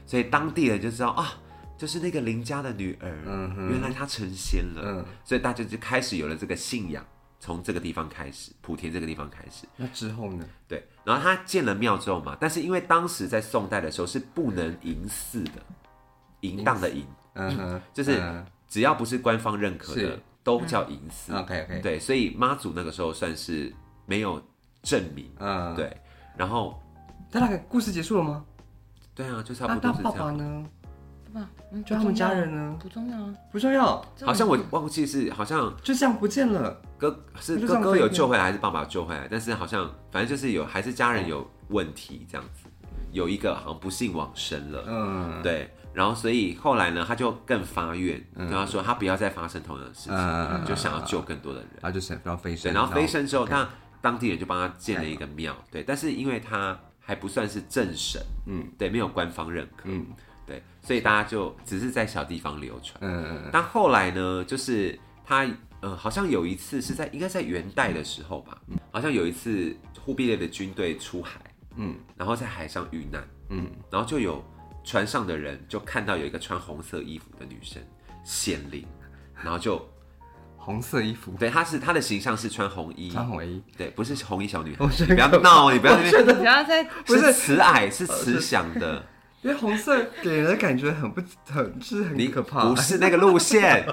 Speaker 1: 所以当地人就知道啊，就是那个邻家的女儿，
Speaker 2: 嗯哼
Speaker 1: 原来她成仙了，
Speaker 2: 嗯
Speaker 1: 所以大家就开始有了这个信仰，从这个地方开始，莆田这个地方开始，
Speaker 2: 那之后呢？
Speaker 1: 对，然后他建了庙之后嘛，但是因为当时在宋代的时候是不能淫祀的，淫荡的淫，
Speaker 2: 嗯哼，
Speaker 1: 就是
Speaker 2: 嗯
Speaker 1: 只要不是官方认可的
Speaker 2: 是，嗯
Speaker 1: 都叫淫祀。
Speaker 2: OK，OK
Speaker 1: 对，所以妈祖那个时候算是没有证明，
Speaker 2: 嗯，。
Speaker 1: 对，然后。
Speaker 2: 但那个故事结束了吗？
Speaker 1: 对啊，就差
Speaker 2: 那
Speaker 1: 不
Speaker 2: 他
Speaker 1: 多是
Speaker 2: 爸
Speaker 1: 这
Speaker 2: 爸
Speaker 1: 样。
Speaker 2: 呢？
Speaker 3: 对吧？嗯，
Speaker 2: 就他们家人呢？
Speaker 3: 不重要啊，
Speaker 2: 不重要，
Speaker 1: 好像我忘记是好像
Speaker 2: 就这样不见了。
Speaker 1: 哥是
Speaker 2: 就
Speaker 1: 哥
Speaker 2: 这样
Speaker 1: 哥
Speaker 2: 飞啊
Speaker 1: 有
Speaker 2: 天
Speaker 1: 救回来还是爸爸救回来，但是好像反正就是有还是家人有问题这样子，有一个好像不幸往生了，
Speaker 2: 嗯，
Speaker 1: 对，然后所以后来呢，他就更发愿，跟他说他不要再发生同样的事情，
Speaker 2: 嗯
Speaker 1: 就想要救更多的人。
Speaker 2: 然后就是然后飞
Speaker 1: 对，
Speaker 2: 升，
Speaker 1: 然后飞升之后，那当地人就帮他建了一个庙，对，但是因为他还不算是正神，嗯
Speaker 2: 嗯，
Speaker 1: 对，没有官方认可，嗯
Speaker 2: 嗯，
Speaker 1: 对，所以大家就只是在小地方流传。
Speaker 2: 嗯，嗯
Speaker 1: 但后来呢，就是他呃，好像有一次是在应该在元代的时候吧，好像有一次忽必烈的军队出海，嗯
Speaker 2: 嗯，
Speaker 1: 然后在海上遇难，嗯
Speaker 2: 嗯，
Speaker 1: 然后就有船上的人就看到有一个穿红色衣服的女生显灵，然后就
Speaker 2: 红色衣服，
Speaker 1: 对，她是她的形象是穿红衣，
Speaker 2: 穿红衣，
Speaker 1: 对，不是红衣小女孩
Speaker 2: 我，觉
Speaker 1: 你不要
Speaker 2: 得
Speaker 1: 闹，你不要在那边。
Speaker 3: 你不要再
Speaker 1: 不
Speaker 2: 不是
Speaker 1: 是慈爱，是慈祥的。
Speaker 2: 因为红色给人的感觉很不 *laughs* 很就是
Speaker 1: 你
Speaker 2: 很可怕，哎
Speaker 1: 不是那个路
Speaker 2: *laughs*
Speaker 1: 线。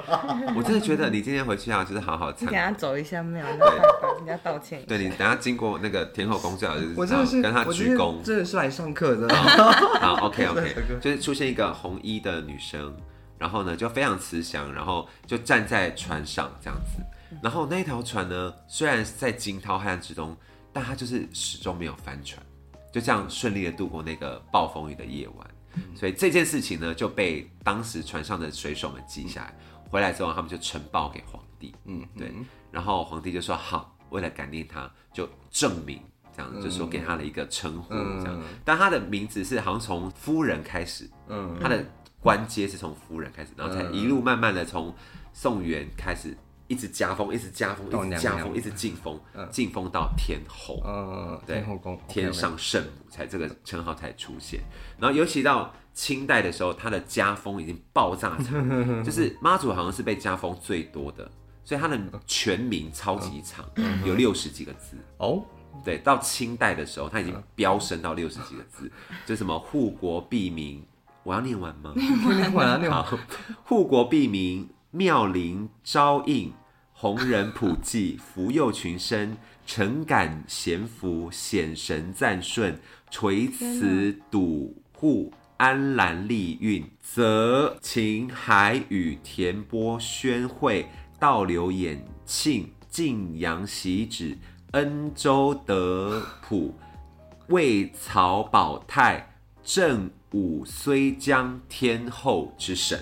Speaker 1: 我真的觉得你今天回去啊，就是好好参
Speaker 3: 你
Speaker 1: 考
Speaker 3: 等。下走一下庙，你再拜拜人家道歉一下。
Speaker 1: 对你等下经过那个天后宫最好就是
Speaker 2: 我真的是
Speaker 1: 啊跟他
Speaker 2: 我
Speaker 1: 鞠
Speaker 2: 今天
Speaker 1: 躬。
Speaker 2: 真的是来上课的。
Speaker 1: 好，OK
Speaker 2: 真的
Speaker 1: OK，就是出现一个红衣的女生，然后呢就非常慈祥，然后就站在船上这样子。然后那条船呢，虽然是在惊涛骇浪之中，但它就是始终没有翻船，就这样顺利的度过那个暴风雨的夜晚。
Speaker 2: 嗯
Speaker 1: 所以这件事情呢，就被当时船上的水手们记下来。回来之后，他们就呈报给皇帝。
Speaker 2: 嗯，
Speaker 1: 对，然后皇帝就说好，为了感念他，就证明这样，就说给他了一个称呼这样
Speaker 2: 嗯。
Speaker 1: 但他的名字是好像从夫人开始，
Speaker 2: 嗯，
Speaker 1: 他的官阶是从夫人开始，然后才一路慢慢的从宋元开始，一直加封，一直加封，
Speaker 2: 到
Speaker 1: 一直
Speaker 2: 哦娘嗯
Speaker 1: 加
Speaker 2: 娘
Speaker 1: 封，一直进封，进封到天后。
Speaker 2: 呃，
Speaker 1: 对
Speaker 2: 天后宫，
Speaker 1: 天上圣母才这个称号才出现。然后尤其到清代的时候，他的家风已经爆炸长，就是妈祖好像是被家风最多的，所以他的全名超级长，有六十几个字。
Speaker 2: 哦，
Speaker 1: 对，到清代的时候，他已经飙升到六十几个字，就什么护国庇民，我要念完吗？
Speaker 2: 那会儿啊，那会儿
Speaker 1: 好，护国庇民，妙龄昭应，弘仁普济，福佑群生，诚感贤福，显神赞顺，垂慈笃护。安澜利运，泽秦海与田波宣惠，道流衍庆，晋阳喜止，恩州德普，为曹保泰，正武虽江天后之神，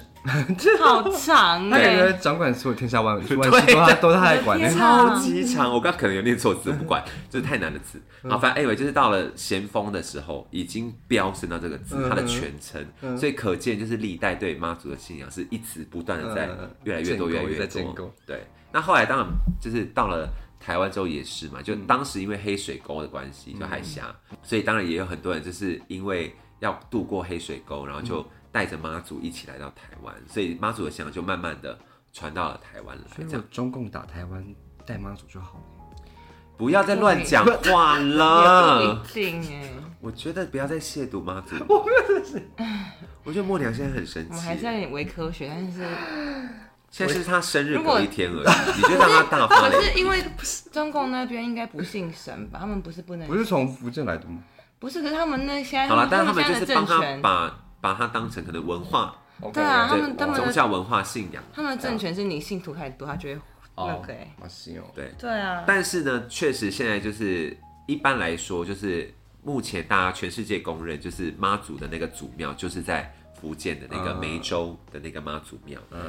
Speaker 3: 好长
Speaker 2: 他感
Speaker 3: 哎、
Speaker 2: 觉掌管所有天下万万事都他都他来管
Speaker 3: 我的天
Speaker 2: 呢。
Speaker 3: 啊
Speaker 1: 超级长。我刚可能有念错字，不
Speaker 2: *laughs*
Speaker 1: 管，这是太难的字。
Speaker 2: 嗯
Speaker 1: 好，反正 anyway，就是到了咸丰的时候，已经飙升到这个
Speaker 2: 嗯
Speaker 1: 字，它的全称，所以可见就是历代对妈祖的信仰是一直不断的在
Speaker 2: 嗯
Speaker 1: 越来越多，
Speaker 2: 建
Speaker 1: 越
Speaker 2: 构
Speaker 1: 来越
Speaker 2: 在建
Speaker 1: 多
Speaker 2: 构。
Speaker 1: 对，那后来当然就是到了。台湾之后也是嘛，就
Speaker 2: 嗯
Speaker 1: 当时因为黑水沟的关系，就海峡，所以当然也有很多人就是因为要渡过黑水沟，然后就
Speaker 2: 嗯
Speaker 1: 带着妈祖一起来到台湾，所以妈祖的信仰就慢慢的传到了台湾来。这
Speaker 2: 所以
Speaker 1: 样
Speaker 2: 我中共打台湾带妈祖就好了。
Speaker 1: 不要再乱讲话
Speaker 3: 也
Speaker 1: 了
Speaker 3: 不。一定哎、
Speaker 1: 我觉得不要再亵渎妈祖。
Speaker 3: *laughs*
Speaker 1: 我没有我觉得默娘现在很生
Speaker 3: 我们还是
Speaker 1: 气
Speaker 3: 要，有点微科学，但是
Speaker 1: 现在是她生日
Speaker 3: 如果
Speaker 1: 隔一天而已，你就让她大发
Speaker 3: *laughs* 可
Speaker 1: 雷。
Speaker 3: 是因为中共那边应该不信神吧？他们不是不能
Speaker 2: 不，是从福建来的吗？
Speaker 3: 不是，可是他们那现在
Speaker 1: 好了，但是他们
Speaker 3: 们
Speaker 1: 就
Speaker 3: 现在
Speaker 1: 是
Speaker 3: 的
Speaker 1: 帮
Speaker 3: 政
Speaker 1: 她
Speaker 3: 权，
Speaker 1: 把把她当成可能文化，
Speaker 3: 对啊他
Speaker 1: 对
Speaker 3: 们他们
Speaker 2: 哦
Speaker 3: 的
Speaker 1: 宗教文化信仰。
Speaker 3: 他们的政权是你信徒太多，他就会那个哎、
Speaker 2: 哦，啊是哦，
Speaker 1: 对，
Speaker 3: 对啊，
Speaker 1: 但是呢，确实现在就是一般来说，就是目前大家全世界公认，就是妈祖的那个祖庙就是在福建的那个
Speaker 2: 嗯
Speaker 1: 梅州的那个妈祖庙，
Speaker 2: 嗯，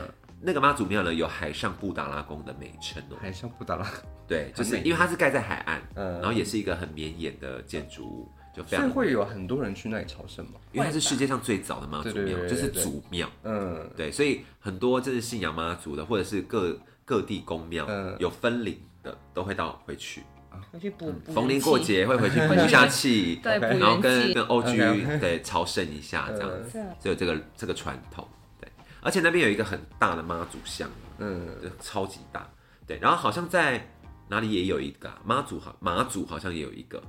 Speaker 1: 那个妈祖庙呢有海上布达拉宫的美称哦、
Speaker 2: 海上布达拉，
Speaker 1: 对，就
Speaker 2: 很
Speaker 1: 是
Speaker 2: 美
Speaker 1: 因为它是盖在海岸，
Speaker 2: 嗯
Speaker 1: 然后也是一个很绵延的建筑物，就非
Speaker 2: 所以
Speaker 1: 常，
Speaker 2: 会有很多人去那里朝圣嘛。
Speaker 1: 因为它是世界上最早的妈祖
Speaker 2: 对对
Speaker 1: 庙，
Speaker 2: 对对
Speaker 1: 就是
Speaker 2: 对
Speaker 1: 祖庙，
Speaker 2: 嗯，
Speaker 1: 对，所以很多就是信仰妈祖的，或者是各各地公庙
Speaker 2: 嗯
Speaker 1: 有分灵的，都会到回去，
Speaker 3: 回去补补
Speaker 1: 逢
Speaker 3: 元
Speaker 1: 年
Speaker 3: 气
Speaker 1: 过，节会回去补一下气，
Speaker 3: *laughs* 对
Speaker 2: OK
Speaker 3: 补
Speaker 1: 然后
Speaker 3: 元
Speaker 1: 跟
Speaker 3: 气
Speaker 1: 跟 OG
Speaker 2: OK，OK
Speaker 1: 对朝圣一下这样
Speaker 2: 嗯
Speaker 1: 子，
Speaker 3: 这样
Speaker 1: 所以有这个这个传统，对，而且那边有一个很大的妈祖像，
Speaker 2: 嗯，
Speaker 1: 就超级大，对，然后好像在哪里也有一个啊妈、祖好马祖好像也有一个，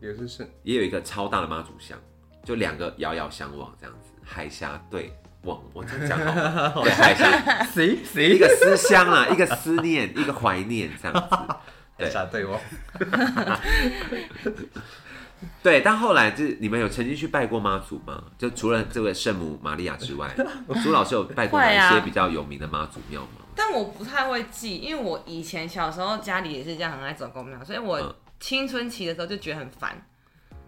Speaker 2: 也是圣，
Speaker 1: 也有一个超大的妈祖像，就两个遥遥相望这样子，海峡对望，我这样讲好吗，
Speaker 2: *laughs*
Speaker 1: 对海峡，
Speaker 2: 谁
Speaker 1: 一
Speaker 2: *laughs* 谁
Speaker 1: 个思乡啊啦，一个思念，一个怀念这样子，对
Speaker 2: 傻对哦，
Speaker 1: 对，但后来就是你们有曾经去拜过妈祖吗？就除了这位圣母玛利亚之外，苏老师有拜过哪一
Speaker 3: 会
Speaker 1: 些
Speaker 3: 啊
Speaker 1: 比较有名的妈祖庙吗？
Speaker 3: 但我不太会记，因为我以前小时候家里也是这样，很爱走公庙，所以
Speaker 1: 嗯
Speaker 3: 我青春期的时候就觉得很烦。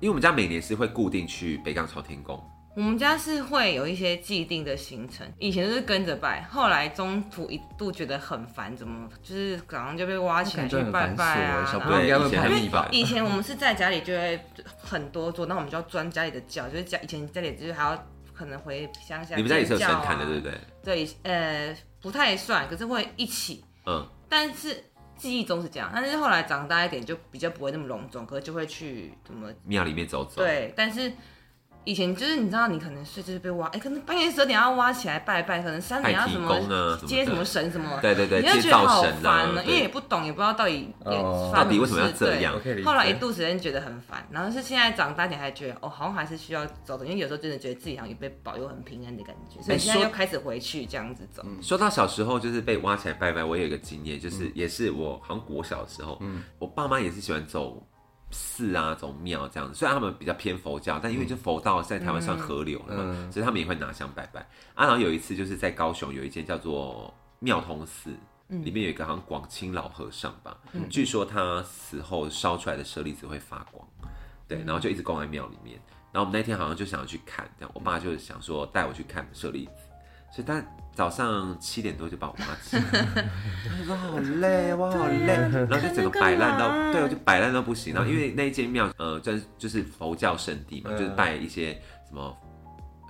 Speaker 1: 因为我们家每年是会固定去北港朝天宫，
Speaker 3: 我们家是会有一些既定的行程，以前就是跟着拜，后来中途一度觉得很烦，怎么就是早上就被挖起来
Speaker 2: 感
Speaker 3: 去
Speaker 2: 觉很
Speaker 3: 拜
Speaker 2: 繁琐
Speaker 3: 拜啊
Speaker 2: 欸，，小
Speaker 3: 然
Speaker 2: 朋
Speaker 3: 后
Speaker 2: 友应该
Speaker 1: 对以
Speaker 2: 会
Speaker 1: 前
Speaker 2: 叛
Speaker 1: 很
Speaker 2: 逆吧？
Speaker 3: 以前我们是在家里就会很多桌，那我们就要钻家里的脚，就是家以前家里就是还要可能回乡下、
Speaker 1: 你们家也是有神龛的，对不
Speaker 3: 对？
Speaker 1: 对？
Speaker 3: 对，呃，不太算，可是会一起，
Speaker 1: 嗯，
Speaker 3: 但是记忆中是这样，但是后来长大一点就比较不会那么隆重，可是就会去怎么
Speaker 1: 庙里面走走，
Speaker 3: 对，但是以前就是你知道，你可能睡就是被挖，哎、可能半夜十二点要挖起来拜拜，可能三
Speaker 1: 拜
Speaker 3: 点要
Speaker 1: 提
Speaker 3: 什么
Speaker 1: 公啊什么
Speaker 3: 接什么
Speaker 1: 的，
Speaker 3: 神什么，
Speaker 1: 对对对，
Speaker 3: 你就
Speaker 1: 接
Speaker 3: 觉得
Speaker 1: 灶
Speaker 3: 好
Speaker 1: 神
Speaker 3: 烦
Speaker 1: 啊
Speaker 3: 呢，，因为也
Speaker 1: 对，
Speaker 3: 不懂，也不知道到底也
Speaker 2: 哦
Speaker 3: 发生
Speaker 1: 到底为什么要
Speaker 3: 什事
Speaker 1: 这
Speaker 3: 对
Speaker 1: 样
Speaker 2: 我可以理解
Speaker 3: 后来一度时间觉得很烦，然后是现在长大点还觉得哦，好像还是需要走走，因为有时候真的觉得自己好像也被保佑很平安的感觉，所以
Speaker 1: 哎
Speaker 3: 现在
Speaker 1: 说嗯
Speaker 3: 又开始回去这样子走。
Speaker 1: 说到小时候就是被挖起来拜拜，我有一个经验，就是也是我好像国小的时候，我爸妈也是喜欢走寺啊，走庙这样子。虽然他们比较偏佛教，但因为就佛道在台湾算河流了嘛，
Speaker 2: 嗯
Speaker 1: 所以他们也会拿香拜拜。啊，然后有一次就是在高雄有一间叫做妙通寺。里面有一个好像广清老和尚吧，据说他死后烧出来的舍利子会发光，对，然后就一直供在庙里面。然后我们那天好像就想要去看，这样我爸就想说带我去看舍利子，所以他早上七点多就把我妈起来， *laughs* 他说好累，我好累，然后就整个摆烂
Speaker 3: 看那干
Speaker 1: 到，
Speaker 3: 嘛
Speaker 1: 啊对，我啊就摆烂到不行。然后因为那一间庙，呃，就是就是佛教圣地嘛，
Speaker 2: 嗯
Speaker 1: 就是拜一些什么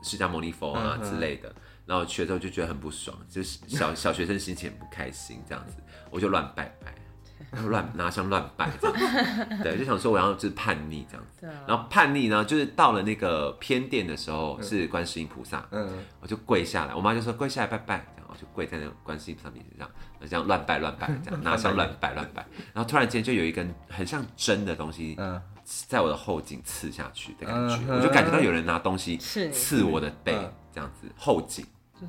Speaker 1: 释迦牟尼佛啊
Speaker 2: 嗯嗯
Speaker 1: 之类的。然后去了之后就觉得很不爽，就是
Speaker 2: *laughs*
Speaker 1: 小小学生心情很不开心这样子，我就乱拜拜，
Speaker 2: *laughs*
Speaker 1: 然后乱拿香乱拜这样子，对，就想说我要就是叛逆这样子。
Speaker 3: 对啊
Speaker 1: 然后叛逆呢，就是到了那个偏殿的时候是观世音菩萨，
Speaker 2: 嗯，
Speaker 1: 我就跪下来，我妈就说跪下来拜拜，然后我就跪在那个观世音菩萨面前这样，我这样乱拜乱拜，这样拿香乱拜乱拜，然后突然间就有一根很像针的东西
Speaker 2: 嗯，
Speaker 1: 在我的后颈刺下去的感
Speaker 2: 嗯
Speaker 1: 觉，
Speaker 2: 哼
Speaker 1: 我就感觉到有人拿东西
Speaker 3: 是你
Speaker 1: 刺我的背
Speaker 2: 嗯
Speaker 1: 这样子后颈，
Speaker 2: 嗯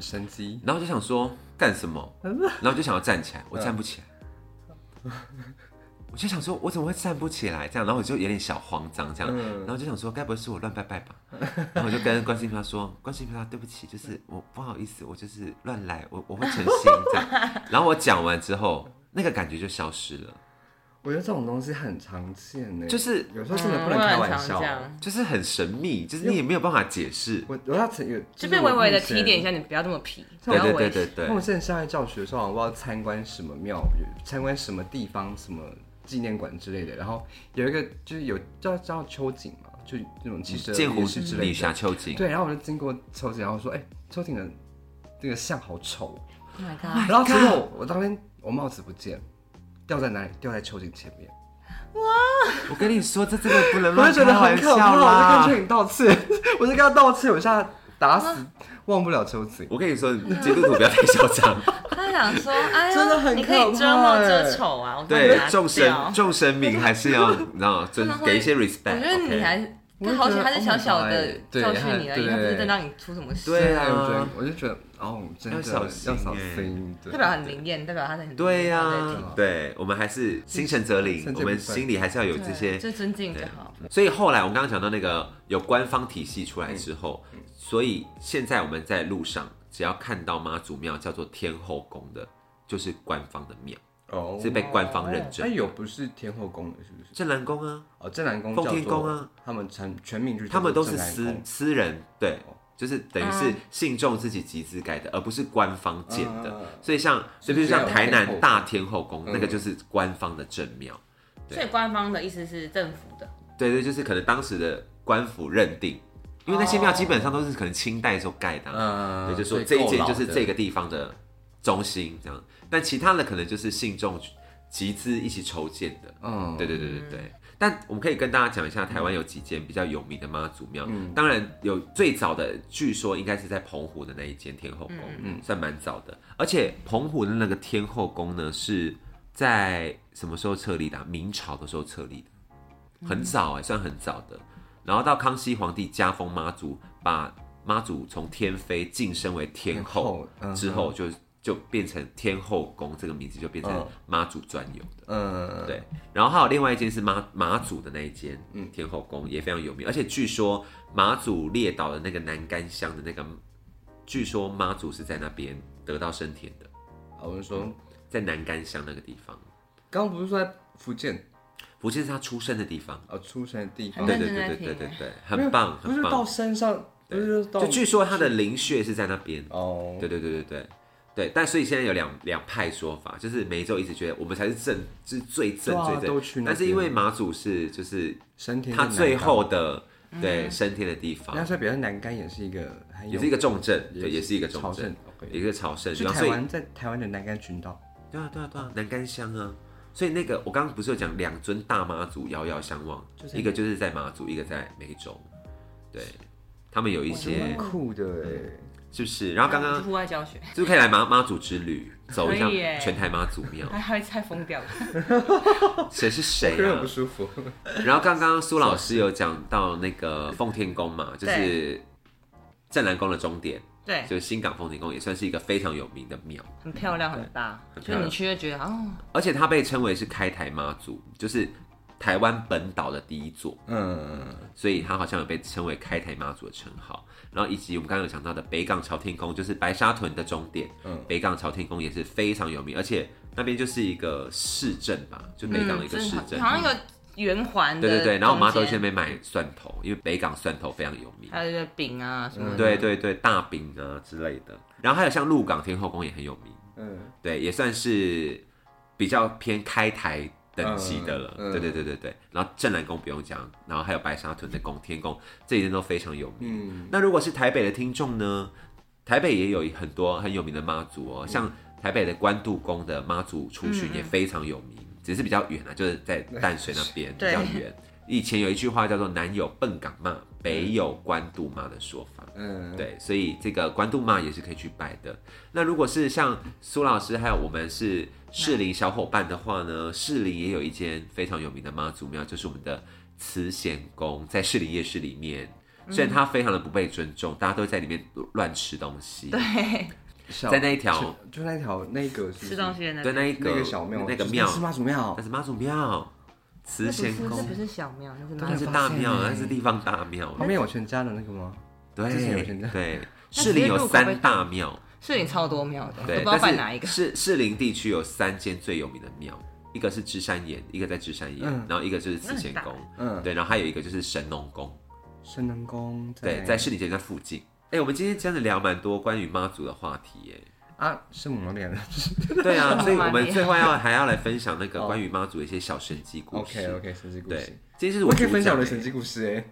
Speaker 2: 神机，
Speaker 1: 然后就想说干什
Speaker 2: *laughs*
Speaker 1: 么，然后就想要站起来，我
Speaker 2: 嗯
Speaker 1: 站不起来。我就想说，我怎么会站不起来？这样，然后我就有点小慌张，这样，
Speaker 2: 嗯
Speaker 1: 然后就想说，该不会是我乱拜拜
Speaker 2: *laughs*
Speaker 1: 吧？然后我就跟观世音菩萨说，观世音菩萨，对不起，就是我不好意思，我就是乱来，我我会诚心这
Speaker 2: *laughs*
Speaker 1: 样。然后我讲完之后，那个感觉就消失了，
Speaker 2: 我觉得这种东西很常见呢，
Speaker 1: 就是
Speaker 2: 有时候真的
Speaker 3: 嗯
Speaker 2: 不能
Speaker 3: 我也
Speaker 2: 开
Speaker 3: 很
Speaker 2: 玩
Speaker 3: 常
Speaker 2: 笑
Speaker 1: 啊
Speaker 3: 这。样
Speaker 1: 就是很神秘，就是你也没有办法解释。
Speaker 2: 我我要曾有
Speaker 3: 就被微微的
Speaker 2: 就是我
Speaker 3: 提
Speaker 2: 以前
Speaker 3: 点一下，你不要这么皮，不
Speaker 1: 对
Speaker 3: 要
Speaker 1: 对
Speaker 3: 微
Speaker 1: 对对
Speaker 2: 那我
Speaker 1: 对，
Speaker 2: 之前上海教学的时候，我不知道参观什么庙宇、参观什么地方、什么纪念馆之类的。然后有一个就是有叫叫秋瑾嘛，就那种七十
Speaker 1: 剑
Speaker 2: 二
Speaker 1: 湖
Speaker 2: 烈士之类
Speaker 1: 女
Speaker 2: 的。
Speaker 1: 侠秋瑾，
Speaker 2: 对，然后我就经过秋瑾，然后说：“哎、秋瑾的这个像好丑。
Speaker 3: Oh my god！”
Speaker 2: 然后结果我我当天我帽子不见，掉在哪里？掉在秋瑾前面。
Speaker 1: 我跟你说，这这个不能
Speaker 2: 我
Speaker 1: 乱
Speaker 2: 就觉
Speaker 1: 开
Speaker 2: 得很
Speaker 1: 玩
Speaker 2: 可
Speaker 1: 笑
Speaker 2: 怕，我就跟
Speaker 1: 啦
Speaker 2: 秋。瑾道歉， *laughs* 啊我就跟他道歉，我一下打死忘不了秋瑾。
Speaker 1: 我跟你说，基督徒不要太嚣
Speaker 3: *laughs*
Speaker 1: 张，
Speaker 3: 他想说，哎呀，
Speaker 2: 真的很
Speaker 3: 你可以遮
Speaker 2: 可怕
Speaker 3: 貌
Speaker 2: 欸
Speaker 3: 遮丑啊，我帮你
Speaker 1: 对
Speaker 3: 拿
Speaker 1: 众
Speaker 3: 掉
Speaker 1: 生众生命还是要，你知
Speaker 3: *laughs*
Speaker 1: 道，尊
Speaker 3: 真的会
Speaker 1: 给一些
Speaker 3: 我
Speaker 1: respect。
Speaker 3: 觉得你还，他好险，他是小
Speaker 2: ，Oh
Speaker 3: 小的教训你而已，他不是真让你出什么事。
Speaker 1: 对啊
Speaker 2: 我觉得我就觉得哦，真的
Speaker 1: 要小心
Speaker 2: 要小
Speaker 1: 欸
Speaker 2: 心，对
Speaker 3: 代表很灵验，代表他很
Speaker 1: 对呀、
Speaker 2: 啊
Speaker 1: 对，我们还是心诚则灵
Speaker 2: 趁，这
Speaker 1: 我们
Speaker 2: 部分
Speaker 1: 心里还是要有这些。
Speaker 3: 就尊敬就好。
Speaker 1: 所以后来我们刚刚讲到那个有官方体系出来之后，
Speaker 3: 嗯
Speaker 1: 所以现在我们在路上只要看到妈祖庙叫做天后宫的，就是官方的庙，
Speaker 2: 哦
Speaker 1: 是被官方认
Speaker 2: 哎
Speaker 1: 证。
Speaker 2: 有不是天后宫的，是不是？
Speaker 1: 镇南宫啊，
Speaker 2: 哦，正南宫、
Speaker 1: 奉天宫啊，
Speaker 2: 他们全全名就叫做
Speaker 1: 他们都是
Speaker 2: 正南
Speaker 1: 私
Speaker 2: 宫
Speaker 1: 私人，对，就是等于是信众自己集资盖的，而不是官方建的。
Speaker 2: 嗯
Speaker 1: 所以像，所以比如像台
Speaker 2: 是这
Speaker 1: 南
Speaker 2: 样
Speaker 1: 大天后宫，
Speaker 2: 嗯
Speaker 1: 那个就是官方的正庙。对
Speaker 3: 所以官方的意思是政府的，
Speaker 1: 对对，就是可能当时的官府认定，因为那些庙基本上都是可能清代时候盖的啊、
Speaker 2: 哦嗯，
Speaker 1: 对，就说
Speaker 2: 所以
Speaker 1: 这一
Speaker 2: 够
Speaker 1: 间
Speaker 2: 老
Speaker 1: 就是
Speaker 2: 的
Speaker 1: 这个地方的中心这样，但其他的可能就是信众集资一起筹建的。
Speaker 2: 嗯，
Speaker 1: 对对对对对。但我们可以跟大家讲一下，台湾有几间比较有名的妈祖庙。当然有最早的，据说应该是在澎湖的那一间天后宫，算蛮早的。而且澎湖的那个天后宫呢，是在什么时候设立的啊、明朝的时候设立的，很早哎、算很早的。然后到康熙皇帝加封妈祖，把妈祖从天妃晋升为天后嗯
Speaker 2: 天后
Speaker 1: 之后就，就变成天后宫这个名字就变成
Speaker 2: 嗯
Speaker 1: 妈祖专有的。
Speaker 2: 嗯，
Speaker 1: 对，然后还有另外一间是马马祖的那一间，嗯，天后宫也非常有名，而且据说马祖列岛的那个南干乡的那个，据说妈祖是在那边得到升天的，
Speaker 2: 啊，我是说，
Speaker 1: 在南干乡那个地方，
Speaker 2: 刚刚不是说在福建
Speaker 1: 福建是他出生的地方，
Speaker 2: 啊出生的地
Speaker 3: 很
Speaker 2: 方，
Speaker 1: 对对
Speaker 3: 认真
Speaker 1: 对
Speaker 3: 在
Speaker 1: 对
Speaker 3: 听
Speaker 1: 对对
Speaker 3: 欸
Speaker 1: 对，
Speaker 2: 没
Speaker 1: 很
Speaker 2: 有
Speaker 1: 棒
Speaker 2: 不
Speaker 1: 很
Speaker 2: 是到
Speaker 1: 棒，
Speaker 2: 山上，不是到
Speaker 1: 就据说他的灵穴是在那边，
Speaker 2: 哦，
Speaker 1: 对对对对对对，但所以现在有两两派说法，就是每周一直觉得我们才是正，是最正
Speaker 2: 对啊
Speaker 1: 最
Speaker 2: 都去
Speaker 1: 正，
Speaker 2: 那
Speaker 1: 但是因为
Speaker 2: 边
Speaker 1: 马祖是就是
Speaker 2: 升天
Speaker 1: 他
Speaker 2: 的
Speaker 1: 最
Speaker 2: 南
Speaker 1: 后的对升天的地
Speaker 2: 竿，
Speaker 1: 方
Speaker 2: 人家，说表示南竿也是一个很有，
Speaker 1: 也是一个重镇，
Speaker 2: 也
Speaker 1: 对，也是一个重
Speaker 2: 朝
Speaker 1: 镇
Speaker 2: 圣，，OK
Speaker 1: 也是一个朝圣的地
Speaker 2: 是
Speaker 1: 方。
Speaker 2: 台
Speaker 1: 所以
Speaker 2: 湾在台湾的南竿群岛，
Speaker 1: 对啊，对啊，对啊，南干乡啊。所以那个我刚刚不是有讲两尊大妈祖遥遥相望，
Speaker 2: 就是
Speaker 1: 一个就是在马祖，一个在梅州，对，他们有一些
Speaker 2: 蛮酷的
Speaker 1: 嗯
Speaker 2: 哎，
Speaker 1: 是不是？然后啊刚刚
Speaker 3: 户外教学，
Speaker 1: 是不是可以来妈妈祖之旅，走一下
Speaker 3: 可以耶
Speaker 1: 全台妈祖
Speaker 2: *laughs*
Speaker 1: 庙？
Speaker 3: 还还会太
Speaker 1: *laughs*
Speaker 3: 疯掉了。
Speaker 1: 谁是谁
Speaker 2: 有点
Speaker 1: 啊
Speaker 2: 不？舒服，
Speaker 1: 然后刚刚苏老师有讲到那个奉天宫嘛，就是镇南宫的终点，
Speaker 3: 对，
Speaker 1: 就是新港奉天宫，也算是一个非常有名的庙。
Speaker 3: 很漂亮，很大，
Speaker 1: 很漂
Speaker 3: 就
Speaker 1: 亮
Speaker 3: 你去就觉得哦，
Speaker 1: 而且它被称为是开台妈祖，就是台湾本岛的第一座，
Speaker 2: *laughs* 嗯，
Speaker 1: 所以它好像有被称为开台妈祖的称号。然后以及我们刚刚有讲到的北港朝天宫，就是白沙屯的终点，
Speaker 2: 嗯
Speaker 1: 北港朝天宫也是非常有名，而且那边就是一个市镇吧，就北港的一个市
Speaker 3: 嗯真
Speaker 1: 镇
Speaker 3: 的。好像有圆环的
Speaker 1: 对
Speaker 3: 中间，
Speaker 1: 对对，然后我妈都去那边买蒜头，因为北港蒜头非常有名。
Speaker 3: 还有那饼啊什么的，
Speaker 1: 对对对，大饼啊之类的。然后还有像鹿港天后宫也很有名。
Speaker 2: 嗯，
Speaker 1: 对，也算是比较偏开台等级的了。
Speaker 2: 嗯嗯
Speaker 1: 对对对对对。然后镇南宫不用讲，然后还有白沙屯的宫、天宫，这一点都非常有名。
Speaker 2: 嗯
Speaker 1: 那如果是台北的听众呢？台北也有很多很有名的妈祖哦，
Speaker 2: 嗯
Speaker 1: 像台北的关渡宫的妈祖出巡也非常有名，只是比较远啊，就是在淡水那
Speaker 2: *laughs*
Speaker 1: 边比
Speaker 3: 对
Speaker 1: 较远。以前有一句话叫做“南有笨港妈，北有关渡妈”的说法，
Speaker 2: 嗯，
Speaker 1: 对，所以这个关渡妈也是可以去拜的。那如果是像苏老师还有我们是士林小伙伴的话呢，士林也有一间非常有名的妈祖庙，就是我们的慈贤宫，在士林夜市里面。虽
Speaker 3: 嗯
Speaker 1: 然它非常的不被尊重，大家都在里面乱吃东西，
Speaker 2: 小
Speaker 1: 在那一条，
Speaker 2: 就那一条那个是不
Speaker 3: *laughs*
Speaker 2: 是
Speaker 3: 吃东西的那
Speaker 1: 对那一个
Speaker 2: 那个小庙，
Speaker 1: 那个
Speaker 2: 就是
Speaker 1: 庙，
Speaker 2: 是妈祖庙
Speaker 1: 那，是妈祖庙，慈
Speaker 3: 那不
Speaker 1: 贤
Speaker 3: 是那不
Speaker 1: 宫，
Speaker 3: 是小庙，那是
Speaker 1: 它
Speaker 3: 哪
Speaker 1: 是
Speaker 3: 里？
Speaker 1: 大庙，
Speaker 2: 发现欸
Speaker 1: 它是地方大庙，
Speaker 2: 旁边有全家的那个吗？之前有
Speaker 1: 对
Speaker 2: 人在
Speaker 1: 对，
Speaker 3: 那
Speaker 1: 士林有
Speaker 3: 直接入口被
Speaker 1: 三大庙。
Speaker 3: 是你超多庙
Speaker 1: *laughs*
Speaker 3: 的，都不
Speaker 1: 对，
Speaker 3: 知道拜哪一
Speaker 1: 但
Speaker 3: 个
Speaker 1: 是。士士林地区有三间最有名的庙，一个是芝山岩，一个在芝山岩，
Speaker 2: 嗯
Speaker 1: 然后一个就是慈贤宫，
Speaker 2: 嗯，
Speaker 1: 对，然后还有一个就是神农宫，
Speaker 2: 神能宫
Speaker 1: 对，在士林街那附近。哎、我们今天真的聊蛮多关于妈祖的话题耶。
Speaker 2: 啊圣母 *laughs* 玛利亚的
Speaker 1: 对
Speaker 3: *laughs*
Speaker 1: 啊，所以我
Speaker 3: 蛮厉
Speaker 1: 们
Speaker 3: 害
Speaker 1: 最后要还要来分享那
Speaker 2: 哦
Speaker 1: 个关于妈祖的一些小神迹故事。
Speaker 2: OK OK 神迹故
Speaker 1: 对
Speaker 2: 事，，
Speaker 1: 今天就是
Speaker 2: 我可以
Speaker 1: 主
Speaker 2: 分享我的
Speaker 1: 讲
Speaker 2: 神
Speaker 1: 耶。
Speaker 2: 迹故事哎，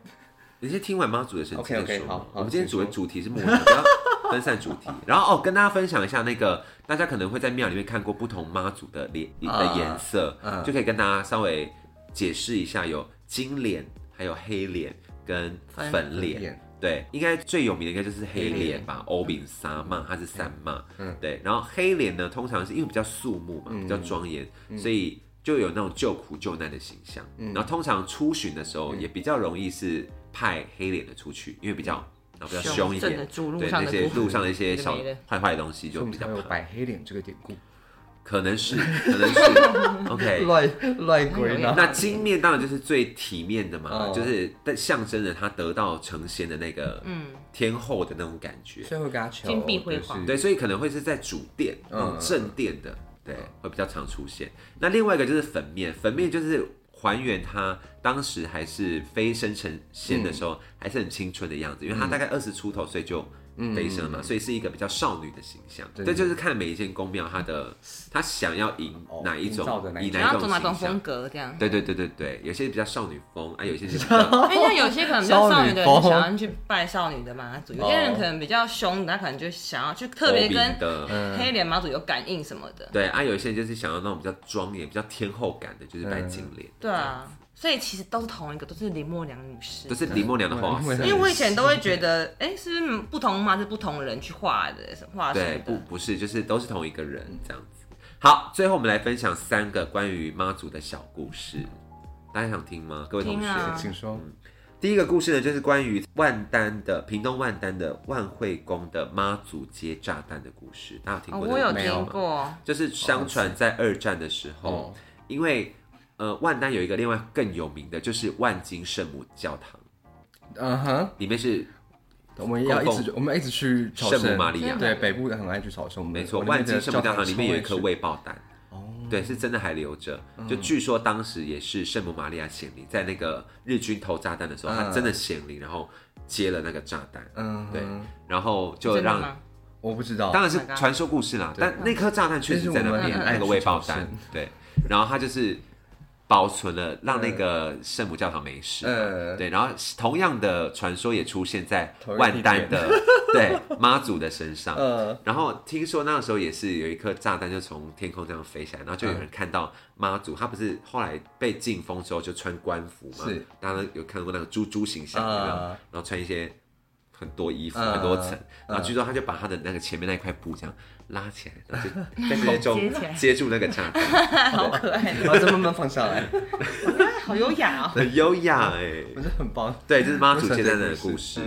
Speaker 1: 你先听完妈祖的神迹再
Speaker 2: OK，OK，
Speaker 1: 说。
Speaker 2: 好好
Speaker 1: 我们今天主的
Speaker 2: 请说
Speaker 1: 主题是默想，不要分散主题。然后哦，跟大家分享一下那个，大家可能会在庙里面看过不同妈祖的脸的
Speaker 2: 啊
Speaker 1: 颜色，
Speaker 2: 嗯
Speaker 1: 就可以跟大家稍微解释一下，有金脸，还有黑脸跟
Speaker 3: 粉
Speaker 1: 粉
Speaker 2: 粉
Speaker 1: 脸
Speaker 2: 脸。
Speaker 1: 对，应该最有名的应该就是黑
Speaker 3: 黑
Speaker 1: 脸
Speaker 3: 脸
Speaker 1: 吧，欧饼沙嘛，它是三嘛，
Speaker 2: 嗯
Speaker 1: 对。然后黑脸呢，通常是因为比较肃穆嘛，比较庄严，
Speaker 2: 嗯
Speaker 1: 所以就有那种救苦救难的形象。然后通常出巡的时候
Speaker 2: 嗯
Speaker 1: 也比较容易是派黑脸的出去，因为比较然后比较
Speaker 3: 凶
Speaker 1: 凶一
Speaker 3: 正
Speaker 1: 点
Speaker 3: 的主，路
Speaker 1: 对
Speaker 3: 上
Speaker 1: 那
Speaker 3: 的
Speaker 1: 些
Speaker 3: 部分
Speaker 1: 路上的一些
Speaker 3: 就
Speaker 1: 小
Speaker 3: 没了
Speaker 1: 坏坏的东西
Speaker 2: 所以
Speaker 1: 就
Speaker 2: 我们
Speaker 1: 比较
Speaker 2: 才有
Speaker 1: 怕，
Speaker 2: 白黑脸这个典故，
Speaker 1: 可能
Speaker 2: *laughs*
Speaker 1: 是可能是 OK。
Speaker 2: 乱
Speaker 1: 哎
Speaker 2: 乱
Speaker 3: 鬼呢
Speaker 1: 那金面当然就是最体面的嘛，
Speaker 2: 哦
Speaker 1: 就是但象征着他得到成仙的那个
Speaker 3: 嗯，
Speaker 1: 天后的那种感觉。
Speaker 2: *laughs* 最后给他求
Speaker 3: 金碧辉煌
Speaker 1: 对，所以可能会是在主哦殿、
Speaker 2: 嗯
Speaker 1: 那种正殿的，对，会比较常出现。那另外一个就是粉面，粉面就是还原他当时还是飞升成仙
Speaker 2: 嗯
Speaker 1: 的时候，还是很青春的样子，因为他大概二十出头，所以就飞升了嘛，所以是一个比较少女的形象。
Speaker 2: 嗯对嗯
Speaker 1: 这就是看每一间宫庙他的他想要迎
Speaker 2: 哦
Speaker 1: 哪一
Speaker 2: 营造的
Speaker 1: 种，
Speaker 2: 哪一
Speaker 1: 以
Speaker 2: 种
Speaker 3: 然
Speaker 1: 哪一
Speaker 3: 后
Speaker 1: 种
Speaker 3: 走哪种
Speaker 1: 形
Speaker 3: 风
Speaker 1: 象。
Speaker 3: 格这样。
Speaker 1: 对对对对对，有些比较少女风，啊，有些是比较
Speaker 2: *laughs*
Speaker 3: 因为像有些可能比较 *laughs*
Speaker 2: 少
Speaker 3: 少
Speaker 2: 女
Speaker 3: 女的
Speaker 2: 风
Speaker 3: 人想要去拜少女的妈祖，有些人可能比较凶的，他可能就想要去特别
Speaker 1: 国民
Speaker 3: 跟
Speaker 1: 哦的，
Speaker 2: 嗯
Speaker 1: 嗯
Speaker 3: 黑脸妈祖有感应什么的。
Speaker 1: 对啊，有一些就是想要那种比较庄严、比较天后感的，就是拜金
Speaker 2: 嗯
Speaker 1: 莲，
Speaker 3: 对啊，所以其实都是同一个，都是林默娘女士
Speaker 1: 都。是李默娘的化
Speaker 2: 因为
Speaker 1: 身。
Speaker 3: 因为我以前都会觉得，哎，是不是不同妈是不同人去画的，什么画什
Speaker 1: 对
Speaker 3: 么，
Speaker 1: 不
Speaker 3: 的？
Speaker 1: 不是，就是都是同一个人这样子。好，最后我们来分享三个关于妈祖的小故事，大家想听吗？各位同学，
Speaker 3: 听啊
Speaker 2: 请说。
Speaker 1: 嗯第一个故事呢，就是关于万丹的屏东万丹的万惠宫的妈祖接炸弹的故事，大家有听
Speaker 3: 哦，
Speaker 1: 过这
Speaker 3: 我
Speaker 1: 个
Speaker 3: 有
Speaker 1: 故事吗
Speaker 3: 听过，
Speaker 1: 就是相传在二战的时候，
Speaker 2: 哦
Speaker 1: 因为呃万丹有一个另外更有名的，就是万金圣母教堂，
Speaker 2: 嗯哼，
Speaker 1: 里面是
Speaker 2: 我们要一
Speaker 1: 供
Speaker 2: 直我们一直去朝
Speaker 1: 圣母玛
Speaker 2: 圣，
Speaker 1: 利亚，
Speaker 2: 对北部很爱去朝圣。我们
Speaker 1: 没错，
Speaker 2: 我那边
Speaker 1: 万
Speaker 2: 的
Speaker 1: 金圣母教堂里面有一
Speaker 2: 超哦
Speaker 1: 颗
Speaker 2: 爱去
Speaker 1: 未爆弹。对，是真的还留着。
Speaker 2: 嗯
Speaker 1: 就据说当时也是圣母玛利亚显灵，在那个日军投炸弹的时候，
Speaker 2: 嗯
Speaker 1: 她真的显灵，然后接了那个炸弹，
Speaker 2: 嗯，
Speaker 1: 对，然后就
Speaker 3: 真的
Speaker 1: 让
Speaker 3: 吗？
Speaker 2: 我不知道
Speaker 1: 当。然是
Speaker 3: Oh my god
Speaker 1: 传说故事啦，但那颗炸弹确实在那
Speaker 2: 但是
Speaker 1: 边
Speaker 2: 我们
Speaker 1: 那个未爆弹
Speaker 2: 嗯，
Speaker 1: 对，然后他就是保存了，让
Speaker 2: 嗯
Speaker 1: 那个圣母教堂没事。
Speaker 2: 呃，
Speaker 1: 对，然后同样的传说也出现在
Speaker 2: 同一个
Speaker 1: 万丹
Speaker 2: 地点
Speaker 1: 的
Speaker 2: *laughs*
Speaker 1: 对妈祖的身上，
Speaker 2: 呃，
Speaker 1: 然后听说那个时候也是有一颗炸弹就从天空这样飞起来，然后就有人看到妈祖，她不是后来被禁封之后就穿官服嘛，
Speaker 2: 是
Speaker 1: 大家有看过那个猪猪形象，有没有
Speaker 2: 啊
Speaker 1: 然后穿一些很多衣服、
Speaker 2: 嗯
Speaker 1: 很多层，然后据说他就把他的那个前面那一块布这样拉起来，然后就在空
Speaker 3: 接
Speaker 1: 中
Speaker 3: 起来
Speaker 1: 接住那个炸弹，
Speaker 3: 哎好可爱，
Speaker 2: 然后再啊慢慢放下来， *laughs*
Speaker 3: 好优雅哦。
Speaker 1: 很优雅哎、
Speaker 2: 我觉得很棒。
Speaker 1: 对，这是嗯妈祖接
Speaker 2: 在
Speaker 1: 蛋的故事，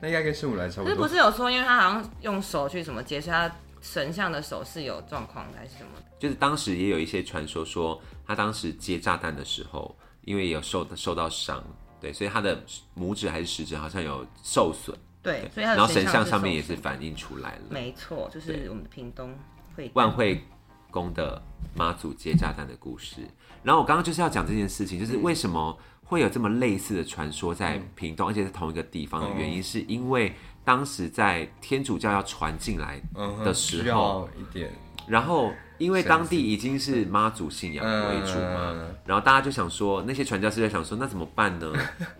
Speaker 2: 那应该跟圣母来差
Speaker 3: 可是
Speaker 2: 不
Speaker 3: 不
Speaker 2: 多。
Speaker 3: 是有说，因为他好像用手去什么接，所以他神像的手是有状况的还是什么的？
Speaker 1: 就是当时也有一些传说说，他当时接炸弹的时候，因为有受受到伤，对，所以他的拇指还是食指好像有受损，
Speaker 3: 对，所以他
Speaker 1: 然
Speaker 3: 的
Speaker 1: 后神像
Speaker 3: 是
Speaker 1: 上面也
Speaker 3: 手
Speaker 1: 是反映出来了。
Speaker 3: 没错，就是我们的屏东会
Speaker 1: 万惠宫的妈祖接炸弹的故事。然后我刚刚就是要讲这件事情，就是
Speaker 3: 嗯
Speaker 1: 为什么会有这么类似的传说在屏东，而且是同一个地方的原
Speaker 3: 哦
Speaker 1: 因，是因为当时在天主教要传进来的
Speaker 2: 嗯需
Speaker 1: 时候，
Speaker 2: 要一点，
Speaker 1: 然后因为当地已经是妈祖信仰为主嘛，
Speaker 2: 嗯
Speaker 1: 然后大家就想说，那些传教士在想说，那怎么办
Speaker 2: *laughs*
Speaker 1: 呢？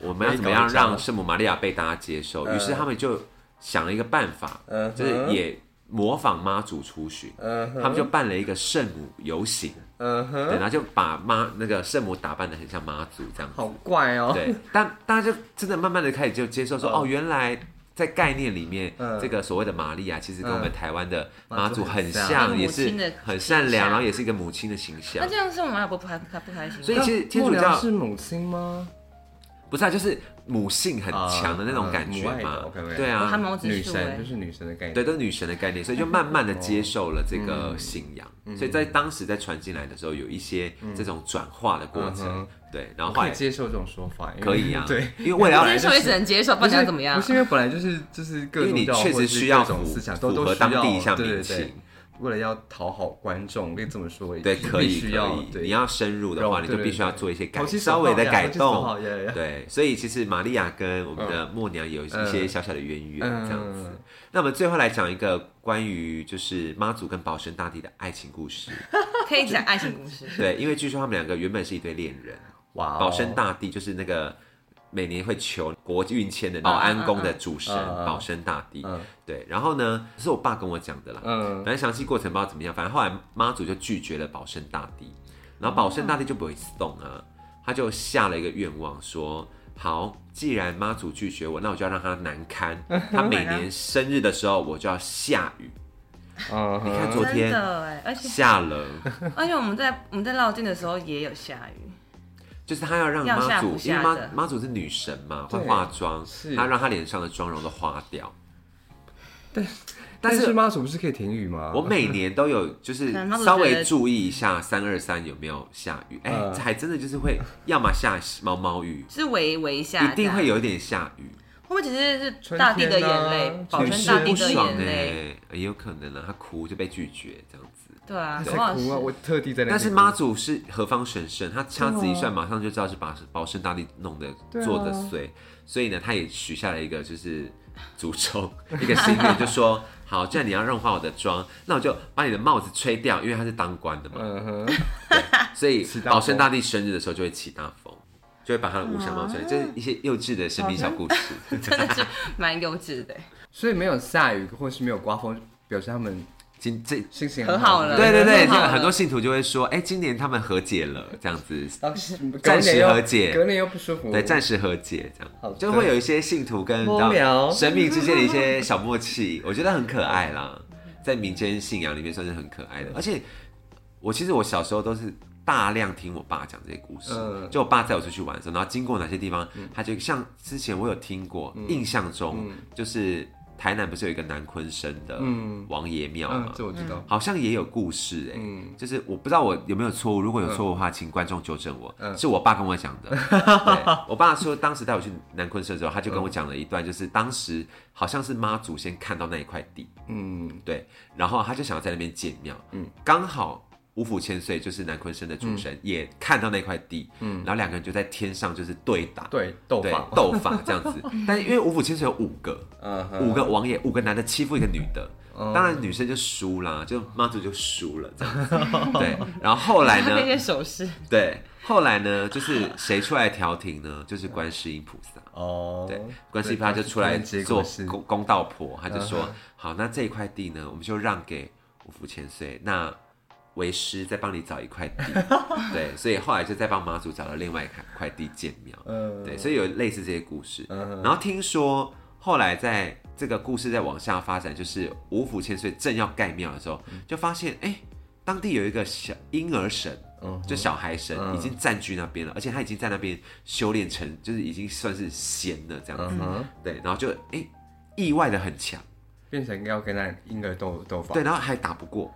Speaker 1: 我们要怎么
Speaker 2: 搞
Speaker 1: 样
Speaker 2: 一招
Speaker 1: 让圣母玛利亚被大家接受？于是他们就想了一个办法，
Speaker 2: 嗯嗯哼
Speaker 1: 就是也模仿妈祖出巡，
Speaker 2: 嗯
Speaker 1: 他们就办了一个圣母游行，
Speaker 2: 嗯哼，
Speaker 1: 对，然后就把妈那个圣母打扮的很像妈祖这样子，
Speaker 2: 好怪哦。
Speaker 1: 对，但大家就真的慢慢的开始就接受说，
Speaker 2: 嗯
Speaker 1: 哦，原来。在概念里面，
Speaker 2: 嗯
Speaker 1: 这个所谓的玛利亚，其实跟我们
Speaker 2: 嗯
Speaker 1: 台湾的妈祖
Speaker 2: 妈祖很
Speaker 1: 很
Speaker 2: 像
Speaker 1: 像，
Speaker 3: 很
Speaker 1: 也
Speaker 3: 母亲的
Speaker 1: 是很善良，
Speaker 3: 形象
Speaker 1: 然后也是一个母亲的形象
Speaker 3: 那。这样是我们还不开开不开心吗？
Speaker 1: 所以其实天
Speaker 2: 幕
Speaker 1: 主
Speaker 2: 僚
Speaker 1: 教
Speaker 2: 是母亲吗？
Speaker 1: 不是啊，就是母性很强的那种感觉
Speaker 2: 啊
Speaker 1: 嘛
Speaker 2: 母爱的，OK，OK。
Speaker 1: 对
Speaker 3: 他
Speaker 1: 啊，
Speaker 3: 们指
Speaker 2: 女
Speaker 3: 数哎
Speaker 2: 神就，是女神的概念。
Speaker 1: 对，都是女神的概念，所以就慢慢的接受了这
Speaker 2: 哦嗯
Speaker 1: 个信仰。所以在当时在传进来的时候，有一些这种转化的过
Speaker 2: 嗯
Speaker 1: 程
Speaker 2: 哼。
Speaker 1: 对，然后
Speaker 2: 我
Speaker 1: 后
Speaker 2: 可以
Speaker 1: 来
Speaker 2: 接受这种说法，因为
Speaker 1: 可以啊，
Speaker 2: *laughs* 对，
Speaker 1: 因为为了要
Speaker 3: 接受也只能接受，不
Speaker 2: 不
Speaker 3: 然想
Speaker 2: 是
Speaker 3: 怎么样
Speaker 2: 不？是因为本来就是就是各
Speaker 1: 因为
Speaker 2: 种
Speaker 1: 你
Speaker 2: 教
Speaker 1: 确
Speaker 2: 或
Speaker 1: 实
Speaker 2: 者是
Speaker 1: 需要
Speaker 2: 各种
Speaker 1: 符
Speaker 2: 思想都
Speaker 1: 符
Speaker 2: 都
Speaker 1: 合
Speaker 2: 需
Speaker 1: 当
Speaker 2: 要
Speaker 1: 地一项
Speaker 2: 对对
Speaker 1: 民
Speaker 2: 对
Speaker 1: 情
Speaker 2: 为了要讨好观众，可以这么说，
Speaker 1: 对，
Speaker 2: 就是
Speaker 1: 可
Speaker 2: 必
Speaker 1: 以
Speaker 2: 须
Speaker 1: 可
Speaker 2: 要
Speaker 1: 以。
Speaker 2: 对
Speaker 1: 你要深入的话，
Speaker 2: 对
Speaker 1: 你
Speaker 2: 对
Speaker 1: 就
Speaker 2: 对
Speaker 1: 必须要做一些改
Speaker 2: 投其，所
Speaker 1: 稍微
Speaker 2: 好
Speaker 1: 的
Speaker 2: 呀
Speaker 1: 改
Speaker 2: 投其所
Speaker 1: 动
Speaker 2: 好。呀呀呀
Speaker 1: 对，所以其实玛利亚跟我们的默娘有一些小小的渊源，
Speaker 2: 嗯
Speaker 1: 这样子。那我们最后来讲一个关于就是妈祖跟保生大帝的爱情故事。
Speaker 3: 可以讲爱情故事，
Speaker 1: 对，因为据说他们两个原本是一对恋人，
Speaker 2: 哇哦，
Speaker 1: 保生大帝就是那个每年会求国运签的保
Speaker 2: 啊
Speaker 1: 安宫的主神
Speaker 2: 嗯嗯嗯
Speaker 1: 保生大帝
Speaker 2: 嗯。
Speaker 1: 对，然后呢，是我爸跟我讲的啦。
Speaker 2: 嗯
Speaker 1: 反正详细过程不知道怎么样，反正后来妈祖就拒绝了保生大帝，然后保生大帝就不会送啊，他就下了一个愿望说。好，既然妈祖拒绝我，那我就要让他难堪。他
Speaker 3: *laughs*
Speaker 1: 每年生日的时候，我就要下雨。
Speaker 2: 嗯哼，
Speaker 1: 你看昨
Speaker 3: 真
Speaker 1: 天
Speaker 3: 的哎，而且
Speaker 1: 下了， *laughs*
Speaker 3: 而且我们在我们在绕境的时候也有下雨，
Speaker 1: 就是他要让
Speaker 3: 要
Speaker 1: 妈
Speaker 3: 下
Speaker 1: 祖
Speaker 3: 不，
Speaker 1: 因为
Speaker 3: 下
Speaker 1: 妈
Speaker 3: 的
Speaker 1: 妈祖是女神嘛，会
Speaker 2: 对
Speaker 1: 化妆
Speaker 2: 是，
Speaker 1: 他让她脸上的妆容都花掉。但
Speaker 2: 但
Speaker 1: 是
Speaker 2: 是妈祖不是可以停雨吗？
Speaker 1: 我每年都有，就是
Speaker 3: *laughs* 可能妈祖
Speaker 1: 稍
Speaker 3: 觉
Speaker 1: 微
Speaker 3: 得
Speaker 1: 注意一下三二三有没有下雨。哎、
Speaker 2: 嗯
Speaker 1: 这还真的就是会，要么下毛毛雨，
Speaker 3: 是微微下，
Speaker 1: 一定会。有一点下雨，
Speaker 3: 会不会只是是大地的眼
Speaker 2: 春天
Speaker 3: 泪
Speaker 2: 啊，
Speaker 3: 保
Speaker 1: 女
Speaker 3: 全
Speaker 1: 士
Speaker 3: 大地
Speaker 1: 不
Speaker 3: 的
Speaker 1: 爽
Speaker 3: 眼
Speaker 1: 哎、
Speaker 3: 泪？
Speaker 1: 也有可能啊，她哭就被拒绝这样子。
Speaker 3: 对啊，
Speaker 2: 在
Speaker 3: 搞不好
Speaker 2: 哭啊！我特地在那边哭。
Speaker 1: 但是妈祖是何方神圣，他掐指一算，马上就知道是把保生大帝弄的、
Speaker 2: 对啊
Speaker 1: 做的祟，所以呢，他也许下了一个就是诅咒， *laughs* 一个心愿，就说好，既然你要让化我的妆，那我就把你的帽子吹掉，因为他是当官的嘛，
Speaker 2: 嗯哼，
Speaker 1: 所以
Speaker 2: 起大风
Speaker 1: 保生大帝生日的时候就会起大风，就会把他的无相帽吹，就是一些幼稚的神秘小故事。
Speaker 3: 啊真的是蛮幼稚的，
Speaker 2: *laughs* 所以没有下雨或是没有刮风，表示他们
Speaker 1: *laughs* 今这
Speaker 2: 心情
Speaker 3: 和
Speaker 2: 很
Speaker 3: 好
Speaker 2: 好
Speaker 3: 了
Speaker 1: 对对 *laughs* 对，
Speaker 3: 很好
Speaker 1: 像很多信徒就会说，哎、今年他们和解了，这样子，
Speaker 2: 然后隔
Speaker 1: 暂时
Speaker 2: 年又
Speaker 1: 和解
Speaker 2: 隔年又不舒服。
Speaker 1: 对，暂时和解这
Speaker 2: 嗯好
Speaker 1: 样，
Speaker 2: 的
Speaker 1: 就会有一些信徒跟你
Speaker 2: 摸
Speaker 1: 知道
Speaker 2: 聊
Speaker 1: 神明之间的一些小默契，我觉得很可爱啦，在民间信仰里面算是很可爱的。而且我其实我小时候都是大量听我爸讲这些故事，
Speaker 2: 嗯
Speaker 1: 就我爸载我出去玩的时候，然后经过哪些地方，他就像之前我有听过，
Speaker 2: 嗯
Speaker 1: 印象中就是台南不是有一个南昆生的
Speaker 2: 嗯
Speaker 1: 王爷庙
Speaker 2: 嗯
Speaker 1: 吗，？
Speaker 2: 这我知道。
Speaker 1: 好像也有故事哎、
Speaker 2: 嗯
Speaker 1: 就是我不知道我有没有错误，如果有错误的话，请观众纠正我。
Speaker 2: 嗯
Speaker 1: 是我爸跟我讲
Speaker 2: *laughs*
Speaker 1: 的，对我爸说当时带我去南昆社之后，他就
Speaker 2: 嗯
Speaker 1: 跟我讲了一段，就是当时好像是妈祖先看到那一块地，
Speaker 2: 嗯
Speaker 1: 对，然后他就想要在那边建庙，
Speaker 2: 嗯
Speaker 1: 嗯，刚好。五府千岁就是南昆生的主神，也看到那块地，嗯，然后两个人就在天上就是对打，
Speaker 2: 对，斗
Speaker 1: 对
Speaker 2: 法。
Speaker 1: 斗法这样
Speaker 2: *laughs*
Speaker 1: 子。但是因为五府千岁有五个，
Speaker 2: 嗯哼，
Speaker 1: 五个王爷，五个男的欺负一个女的，当然女生就输啦，就妈祖就输了这样子。对，然后后来
Speaker 3: *laughs* 他那
Speaker 1: 呢？
Speaker 3: 些手势，
Speaker 1: 对，后来呢？就是谁出来调停呢？就是观世音菩萨。
Speaker 2: 哦，
Speaker 1: 对，观世音菩萨就出来
Speaker 2: 结
Speaker 1: 做
Speaker 2: 果是
Speaker 1: 公公道婆，他就说
Speaker 2: 嗯哼：“
Speaker 1: 好，那这一块地呢，我们就让给五福千岁，那为师再帮你找一块
Speaker 2: *laughs*
Speaker 1: 地。”对，所以后来就再帮妈祖找了另外一块块地建庙。
Speaker 2: 嗯
Speaker 1: 对，所以有类似这些故事。
Speaker 2: 嗯哼
Speaker 1: 然后听说后来在这个故事再往下发展，就是五府千岁正要盖庙的时候，
Speaker 2: 嗯
Speaker 1: 就发现哎、当地有一个小婴儿神。
Speaker 2: 嗯哼
Speaker 1: 就小孩神
Speaker 2: 嗯
Speaker 1: 已经占据那边了，而且他已经在那边修炼成，就是已经算是仙了这样子。
Speaker 2: 嗯哼，
Speaker 1: 对，然后就哎、意外的很强，
Speaker 2: 变成要跟那婴儿斗斗法。
Speaker 1: 对，然后还打不
Speaker 2: *laughs*
Speaker 1: 过，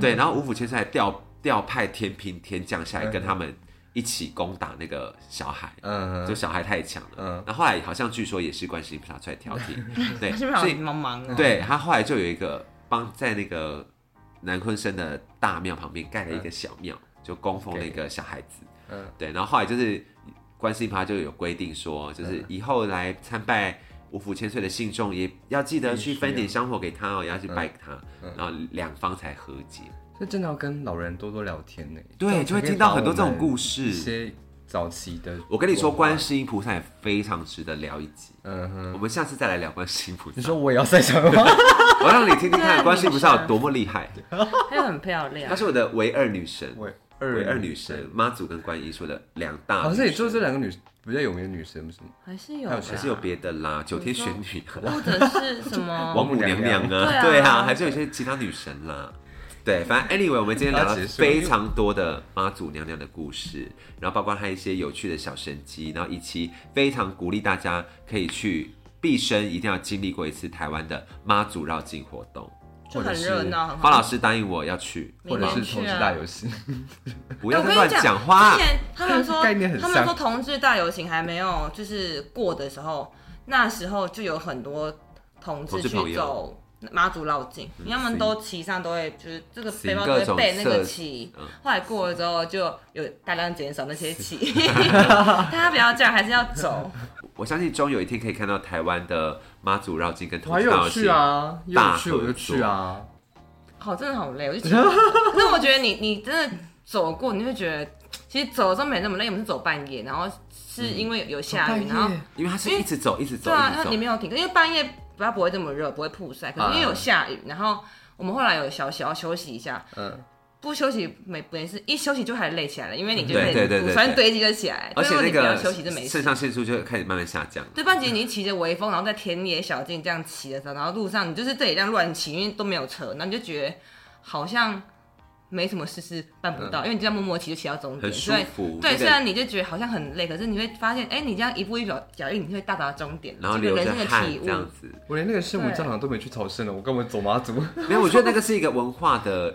Speaker 1: 对，然后五府千岁还调调派天兵天将下来跟他们一起攻打那个小孩。
Speaker 2: 嗯
Speaker 1: 就
Speaker 2: 哼，
Speaker 1: 小孩太强了，
Speaker 2: 嗯
Speaker 1: 嗯，那后来好像据说也是观世音菩萨出来调停，对，
Speaker 3: *laughs* 他是不是好
Speaker 1: 所以
Speaker 3: 像茫茫啊？
Speaker 1: 对他后来就有一个帮在那个南昆生的大庙旁边盖了一个小庙，就供奉那个小孩子，
Speaker 2: 嗯
Speaker 1: 对，然后后来就是观世音菩萨就有规定说，
Speaker 2: 嗯
Speaker 1: 就是以后来参拜五福千岁的信众也要记得去分
Speaker 2: 啊
Speaker 1: 点香火给他哦，也要
Speaker 2: 嗯
Speaker 1: 去拜他，然后两方才和解。
Speaker 2: 所以真的要跟老人多多聊天呢。
Speaker 1: 对，就会听到很多这种故
Speaker 2: 事。一
Speaker 1: 事。
Speaker 2: 些早期的，
Speaker 1: 我跟你说，观，世音菩萨也非常值得聊一集。
Speaker 2: 嗯哼，
Speaker 1: 我们下次再来聊观世音菩
Speaker 2: 你
Speaker 1: 萨，
Speaker 2: 说我也要再讲吗？
Speaker 1: 我让你听听看观世音菩萨有多么厉害。
Speaker 3: 她又哦很漂
Speaker 1: 她
Speaker 3: 亮，
Speaker 1: 是我的唯二女神， *laughs*
Speaker 2: 我
Speaker 1: 唯二女啊神，妈祖跟观音说的两大。
Speaker 2: 好像也就这两个女比较有名的女生，不是吗？
Speaker 3: 还是有
Speaker 2: 还
Speaker 3: 啦，
Speaker 2: 有
Speaker 1: 还是有别的啦，九天玄女 *laughs* 啊。
Speaker 3: 或者是什
Speaker 1: 哦 *laughs* 王
Speaker 3: 么？
Speaker 1: 母娘娘
Speaker 2: 王母
Speaker 3: 娘
Speaker 1: 啊，
Speaker 3: 娘
Speaker 1: 对
Speaker 3: 对
Speaker 1: 啊，
Speaker 3: 啊
Speaker 1: 还是有一些其他女神啦。对，反正 anyway，我们今天聊了
Speaker 2: 要结束了
Speaker 1: 非常多的妈祖娘娘的故事，然后包括她一些有趣的小神机，然后以及非常鼓励大家可以去毕生一定要经历过一次台湾的妈祖绕境活动。
Speaker 3: 就很热闹，很
Speaker 1: 花老
Speaker 3: 好。
Speaker 1: 师答应我要去，
Speaker 2: 或者是同
Speaker 3: 啊
Speaker 2: 志大游戏，
Speaker 1: 不
Speaker 3: 哎
Speaker 1: 要再乱讲话
Speaker 3: 之。
Speaker 1: *laughs*
Speaker 3: 前他们说
Speaker 2: 概念很，像
Speaker 3: 他们说同志大游行还没有就是过的时候，那时候就有很多
Speaker 1: 同
Speaker 3: 同志
Speaker 1: 志朋
Speaker 3: 去
Speaker 1: 友嗯
Speaker 3: 走妈祖绕境，因为他们都旗上都会就是这个背包
Speaker 1: 行
Speaker 3: 都
Speaker 1: 各种
Speaker 3: 会背那
Speaker 1: 色
Speaker 3: 个旗
Speaker 1: 嗯，
Speaker 3: 后来过了之后就有大量减少那些旗， *laughs* 大家不要这样，还是要走。
Speaker 1: 我相信终有一天可以看到台湾的妈祖绕境跟同
Speaker 2: *laughs* 我
Speaker 1: 志大游
Speaker 2: 有
Speaker 1: 行
Speaker 2: 去。啊，有
Speaker 1: 大合
Speaker 2: 去我就去啊，
Speaker 3: 好，真的好累，我就觉
Speaker 1: *laughs*
Speaker 3: 得。可是我觉得你你真的走过，你会觉得其实走的时候没那么累，我们是走半夜，然后是因为有下雨，然后
Speaker 1: 因为他是一直走，一直走，
Speaker 3: 对啊，
Speaker 1: 一直
Speaker 3: 它
Speaker 1: 走
Speaker 3: 里。面有停，因为半夜不要不会这么热，不会曝晒，可
Speaker 2: 啊
Speaker 3: 是因为有下雨，然后我们后来有小小休息一下，
Speaker 2: 嗯，
Speaker 3: 不休息没没事，一休息就还累起来了，因为你就
Speaker 1: 对
Speaker 3: 累
Speaker 1: 嗯对对对
Speaker 3: 骨酸堆积就起来，
Speaker 1: 而且那
Speaker 3: 所以如果你不
Speaker 1: 个
Speaker 3: 要休息就没
Speaker 1: 肾
Speaker 3: 事。
Speaker 1: 上腺素就开始慢慢下降。
Speaker 3: 对，半截你骑着微风，然后在田野小径这样骑的时候，然后路上你就是这里这样乱骑，因为都没有车，然后你就觉得好像没什么事是办不到，因为你这样默默骑就骑到终点，
Speaker 1: 嗯很舒
Speaker 3: 所以
Speaker 1: 服那个
Speaker 3: 对，虽然你就觉得好像很累，可是你会发现，哎，你这样一步一步脚脚印，你会到达终点，
Speaker 1: 然后
Speaker 3: 这
Speaker 1: 流
Speaker 3: 个
Speaker 1: 着
Speaker 3: 人生的
Speaker 1: 汗
Speaker 3: 体
Speaker 1: 这样
Speaker 3: 悟。 *laughs*
Speaker 1: 子。
Speaker 2: 我连那个圣母教堂都没去朝圣了，我根本走马 *laughs* 祖，
Speaker 1: 没有，我觉得那个是一个文化的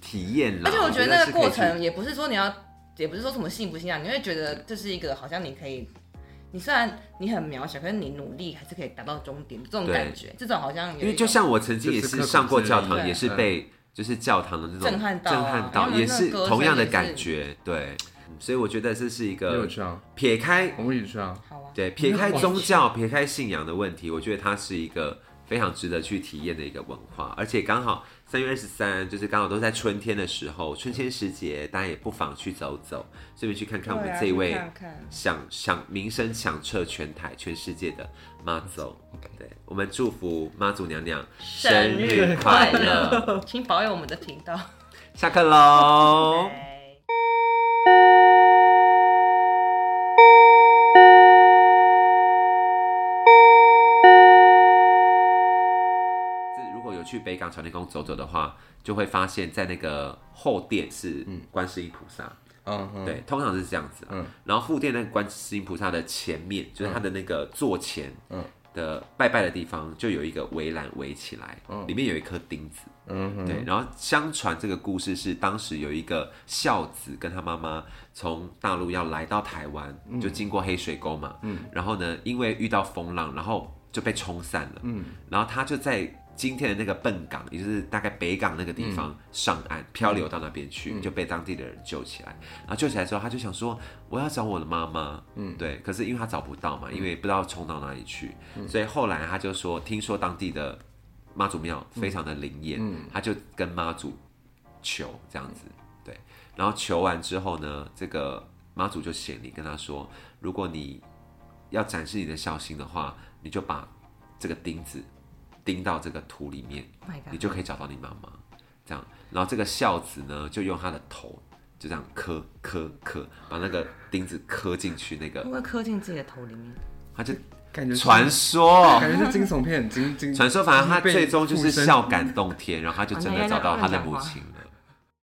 Speaker 1: 体验啦。
Speaker 3: 而且我
Speaker 1: 我
Speaker 3: 觉得那
Speaker 1: 是
Speaker 3: 个
Speaker 1: 可以
Speaker 3: 过
Speaker 1: 去
Speaker 3: 程也不是说你要，也不是说什么信不信啊，你会觉得这是一个好像你可以，你虽然你很渺小，可是你努力还是可以达到终点这种
Speaker 1: 对
Speaker 3: 感觉，这种好像有一
Speaker 1: 因为就
Speaker 3: 种
Speaker 1: 像我曾经也是上过教
Speaker 2: 就是刻
Speaker 1: 堂，
Speaker 3: 苦
Speaker 1: 也是被就是教堂的那种
Speaker 3: 震撼到啊
Speaker 1: 震撼到
Speaker 3: 因为
Speaker 1: 也
Speaker 3: 那个
Speaker 1: 是
Speaker 3: 歌
Speaker 1: 同样的
Speaker 3: 声也
Speaker 1: 感
Speaker 3: 是
Speaker 1: 觉，对，嗯所以我觉得这是一
Speaker 2: 你有
Speaker 1: 个
Speaker 2: 去啊？
Speaker 1: 撇开
Speaker 2: 我们一起去啊。
Speaker 3: 好啊，
Speaker 1: 对撇开宗教、撇开信仰的问题，我觉得它是一个非常值得去体验的一个文化，而且刚好三月二十三，就是刚好都在春天的时候，春天时节，大家也不妨去走走，顺便去看看我们
Speaker 3: 对啊
Speaker 1: 这一位
Speaker 3: 去看看
Speaker 1: 响响名声响彻全台全世界的妈祖，对我们祝福妈祖娘娘生日快乐！，
Speaker 3: 请保佑我们的频道。
Speaker 1: 下课
Speaker 3: Oh
Speaker 1: 喽。
Speaker 3: 拜
Speaker 1: 是如果有去北港朝天宫走走的话，就会发现在那个后殿是观世音菩萨，
Speaker 2: 嗯哼，
Speaker 1: 对，通常是这样子、啊。
Speaker 2: 嗯
Speaker 1: 然后副殿那个观世音菩萨的前面，就是他的那个座前，
Speaker 2: 嗯
Speaker 1: 的拜拜的地方，就有一个围栏围起来，
Speaker 2: 嗯
Speaker 1: 里面有一颗钉子。
Speaker 2: 嗯哼，
Speaker 1: 对，然后相传这个故事是当时有一个孝子跟他妈妈从大陆要来到台湾，
Speaker 2: 嗯
Speaker 1: 就经过黑水沟嘛，嗯，然后呢，因为遇到风浪，然后就被冲散了，嗯，然后他就在今天的那个笨港，也就是大概北港那个地
Speaker 2: 嗯
Speaker 1: 方上岸，漂流到那边去，就被当地的人救起来。然后救起来之后，他就想说，我要找我的妈妈，嗯，对，可是因为他找不到嘛，因为不知道冲到哪里去，所以后来他就说，听说当地的妈祖庙非常的灵验，他就跟妈祖求这样子，对，然后求完之后呢，这个妈祖就显灵跟他说，如果你要展示你的孝心的话，你就把这个钉子钉到这个土里面，
Speaker 3: Oh my
Speaker 1: 你
Speaker 3: god！
Speaker 1: 就可以找到你妈妈。这样，然后这个孝子呢，就用他的头就这样磕磕磕，把那个钉子磕进去，那
Speaker 3: 会
Speaker 1: 个
Speaker 3: 不会磕进自己的头里面？
Speaker 1: 他就
Speaker 2: 感觉是
Speaker 1: 传说。
Speaker 2: 感觉是惊悚片，惊惊
Speaker 1: 传说，反正他最终就是
Speaker 2: 被附身
Speaker 1: 孝感动天，然后他就真的找到他的母亲了。